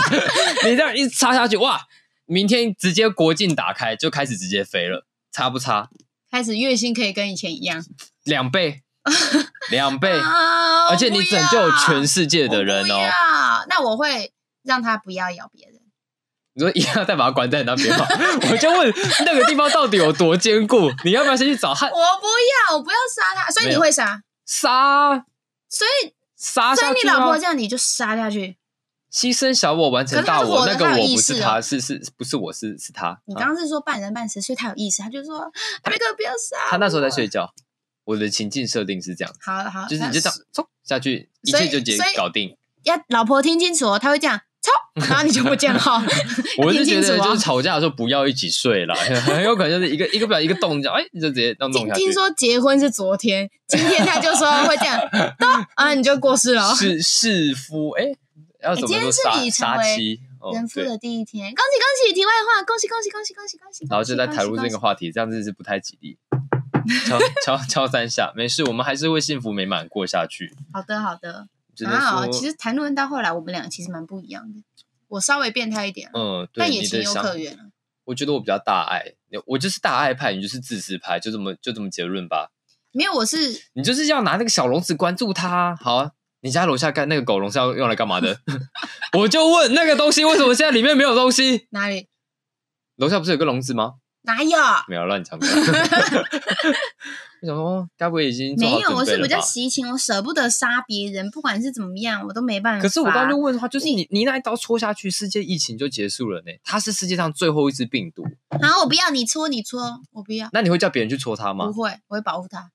[SPEAKER 1] 你这样一插下去，哇，明天直接国境打开就开始直接飞了，差不差？
[SPEAKER 2] 开始月薪可以跟以前一样，
[SPEAKER 1] 两倍，两倍，
[SPEAKER 2] 啊
[SPEAKER 1] 而且你拯救全世界
[SPEAKER 2] 界
[SPEAKER 1] 的人哦。
[SPEAKER 2] 那我会让他不要咬别人。
[SPEAKER 1] 你说一样再把它关在那边吗？ 我就问那个地方到底有多坚固？你要不要先去找他
[SPEAKER 2] 我不要，我不要杀他，所以
[SPEAKER 1] 没
[SPEAKER 2] 你
[SPEAKER 1] 有
[SPEAKER 2] 会杀，
[SPEAKER 1] 杀
[SPEAKER 2] 所以
[SPEAKER 1] 杀
[SPEAKER 2] 所
[SPEAKER 1] 下
[SPEAKER 2] 以
[SPEAKER 1] 去
[SPEAKER 2] 你老婆
[SPEAKER 1] 啊
[SPEAKER 2] 这？样你就杀下去。
[SPEAKER 1] 牺牲小我完成大
[SPEAKER 2] 可是他是活
[SPEAKER 1] 我，
[SPEAKER 2] 的
[SPEAKER 1] 那个
[SPEAKER 2] 他有
[SPEAKER 1] 我
[SPEAKER 2] 意
[SPEAKER 1] 不
[SPEAKER 2] 识
[SPEAKER 1] 是
[SPEAKER 2] 哦
[SPEAKER 1] 他，是是不是我是是他。
[SPEAKER 2] 你
[SPEAKER 1] 啊
[SPEAKER 2] 刚刚是说半人半死，所以他有意思，他就说瑞克不要杀我。
[SPEAKER 1] 他那时候在睡觉，我的情境设定是这样，
[SPEAKER 2] 好了好了，
[SPEAKER 1] 就是你
[SPEAKER 2] 啊那
[SPEAKER 1] 就这样冲下去，一
[SPEAKER 2] 所以
[SPEAKER 1] 切就解
[SPEAKER 2] 所以
[SPEAKER 1] 搞定。
[SPEAKER 2] 要老婆听清楚哦，他会这样 操，然后你就不见号。
[SPEAKER 1] 我
[SPEAKER 2] 听
[SPEAKER 1] 是觉
[SPEAKER 2] 清楚
[SPEAKER 1] 得
[SPEAKER 2] 哦
[SPEAKER 1] 就是吵架的时候不要一起睡啦， 很有可能就是一个一个不小心一个动脚，哎，你就直接要弄
[SPEAKER 2] 听
[SPEAKER 1] 下去。
[SPEAKER 2] 听说结婚是昨天，今天他就说会这样， 咚啊，你就过世了哦。
[SPEAKER 1] 是弑夫，哎，要怎么
[SPEAKER 2] 今
[SPEAKER 1] 说
[SPEAKER 2] 天是
[SPEAKER 1] 杀
[SPEAKER 2] 你成
[SPEAKER 1] 杀
[SPEAKER 2] 为
[SPEAKER 1] 妻？哦
[SPEAKER 2] 人夫
[SPEAKER 1] 对
[SPEAKER 2] 的第一天，恭喜恭喜！题外话，恭喜恭喜恭喜恭喜恭喜！
[SPEAKER 1] 然后就在
[SPEAKER 2] 在
[SPEAKER 1] 讨论这个话题，这样子是不太吉利。 敲敲敲三下，没事，我们还是会幸福美满过下去。
[SPEAKER 2] 好的好的
[SPEAKER 1] 只能
[SPEAKER 2] 啊，
[SPEAKER 1] 说，
[SPEAKER 2] 其实谈论到后来，我们俩其实蛮不一样的。我稍微变态一点，
[SPEAKER 1] 嗯，对
[SPEAKER 2] 但也
[SPEAKER 1] 你
[SPEAKER 2] 情
[SPEAKER 1] 的
[SPEAKER 2] 有
[SPEAKER 1] 想，
[SPEAKER 2] 可原啊。
[SPEAKER 1] 我觉得我比较大爱，我就是大爱派，你就是自私派，就这么就这么结论吧。
[SPEAKER 2] 没有，我是
[SPEAKER 1] 你就是要拿那个小笼子关住它。好、啊，你家楼下干那个狗笼是要用来干嘛的？ 我就问那个东西为什么现在里面没有东西？
[SPEAKER 2] 哪里
[SPEAKER 1] 楼下不是有个笼子吗？
[SPEAKER 2] 哪有？
[SPEAKER 1] 没有乱讲的。 我想说，该不会已经做好
[SPEAKER 2] 没有，
[SPEAKER 1] 准
[SPEAKER 2] 我
[SPEAKER 1] 备
[SPEAKER 2] 是
[SPEAKER 1] 了
[SPEAKER 2] 比较
[SPEAKER 1] 吧
[SPEAKER 2] 喜情，我舍不得杀别人，不管是怎么样，我都没办法。
[SPEAKER 1] 可是我刚刚就问的话，就是你你那一刀戳下去，世界疫情就结束了呢。它是世界上最后一只病毒，
[SPEAKER 2] 好，我不要你戳，你戳，我不要，
[SPEAKER 1] 那你会叫别人去戳它
[SPEAKER 2] 不
[SPEAKER 1] 吗？
[SPEAKER 2] 会，我会保护他。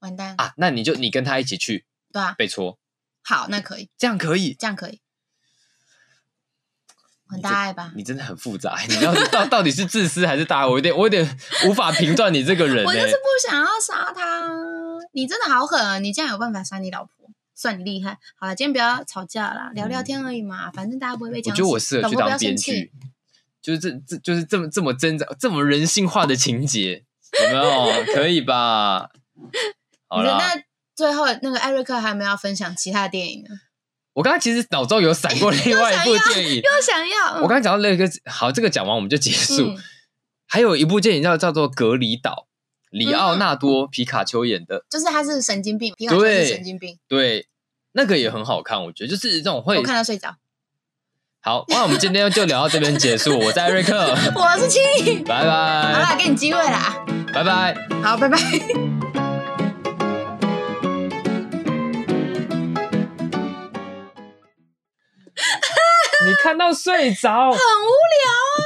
[SPEAKER 2] 完蛋，
[SPEAKER 1] 啊，那你就你跟他一起去
[SPEAKER 2] 对吧？
[SPEAKER 1] 被戳，
[SPEAKER 2] 好，那可以，
[SPEAKER 1] 这样可以。
[SPEAKER 2] 这样可以，很大爱吧？
[SPEAKER 1] 你真的很复杂， 你知道到到底是自私还是大爱？我有点我有点无法评断你这个人呢欸
[SPEAKER 2] 我。就是不想要杀他。你真的好狠啊！你竟然有办法杀你老婆，算你厉害。好了，今天不要吵架啦，聊聊天而已嘛，反正大家不会被
[SPEAKER 1] 嗯我
[SPEAKER 2] 讲
[SPEAKER 1] 觉
[SPEAKER 2] 死。
[SPEAKER 1] 得我适合
[SPEAKER 2] 老婆
[SPEAKER 1] 去
[SPEAKER 2] 不
[SPEAKER 1] 当
[SPEAKER 2] 要生
[SPEAKER 1] 编
[SPEAKER 2] 气。
[SPEAKER 1] 剧，就是这这就是这么这么挣扎这么人性化的情节，有没 有？可以吧？好
[SPEAKER 2] 你说
[SPEAKER 1] 啦，
[SPEAKER 2] 那最后那个艾瑞克还有没有要分享其他的电影呢？啊
[SPEAKER 1] 我刚才其实脑中有闪过另外一 部
[SPEAKER 2] 又想要
[SPEAKER 1] 电影，
[SPEAKER 2] 又想要，嗯
[SPEAKER 1] 我刚才讲到那个，好，这个讲完我们就结束。
[SPEAKER 2] 嗯
[SPEAKER 1] 还有一部电影叫叫做《隔离岛》，里奥纳
[SPEAKER 2] 嗯
[SPEAKER 1] 多·皮卡丘演的，
[SPEAKER 2] 就是他是神经病，皮卡丘是
[SPEAKER 1] 对
[SPEAKER 2] 神经病，
[SPEAKER 1] 对，那个也很好看，我觉得就是这种会
[SPEAKER 2] 我看到睡着。
[SPEAKER 1] 好。那我们今天就聊到这边结束，我是艾瑞克，
[SPEAKER 2] 我是七，
[SPEAKER 1] 拜
[SPEAKER 2] 好
[SPEAKER 1] 拜，
[SPEAKER 2] 啦，给你机会啦，
[SPEAKER 1] 拜拜。
[SPEAKER 2] 好，拜拜。
[SPEAKER 1] 你看到睡着。
[SPEAKER 2] 很无聊啊。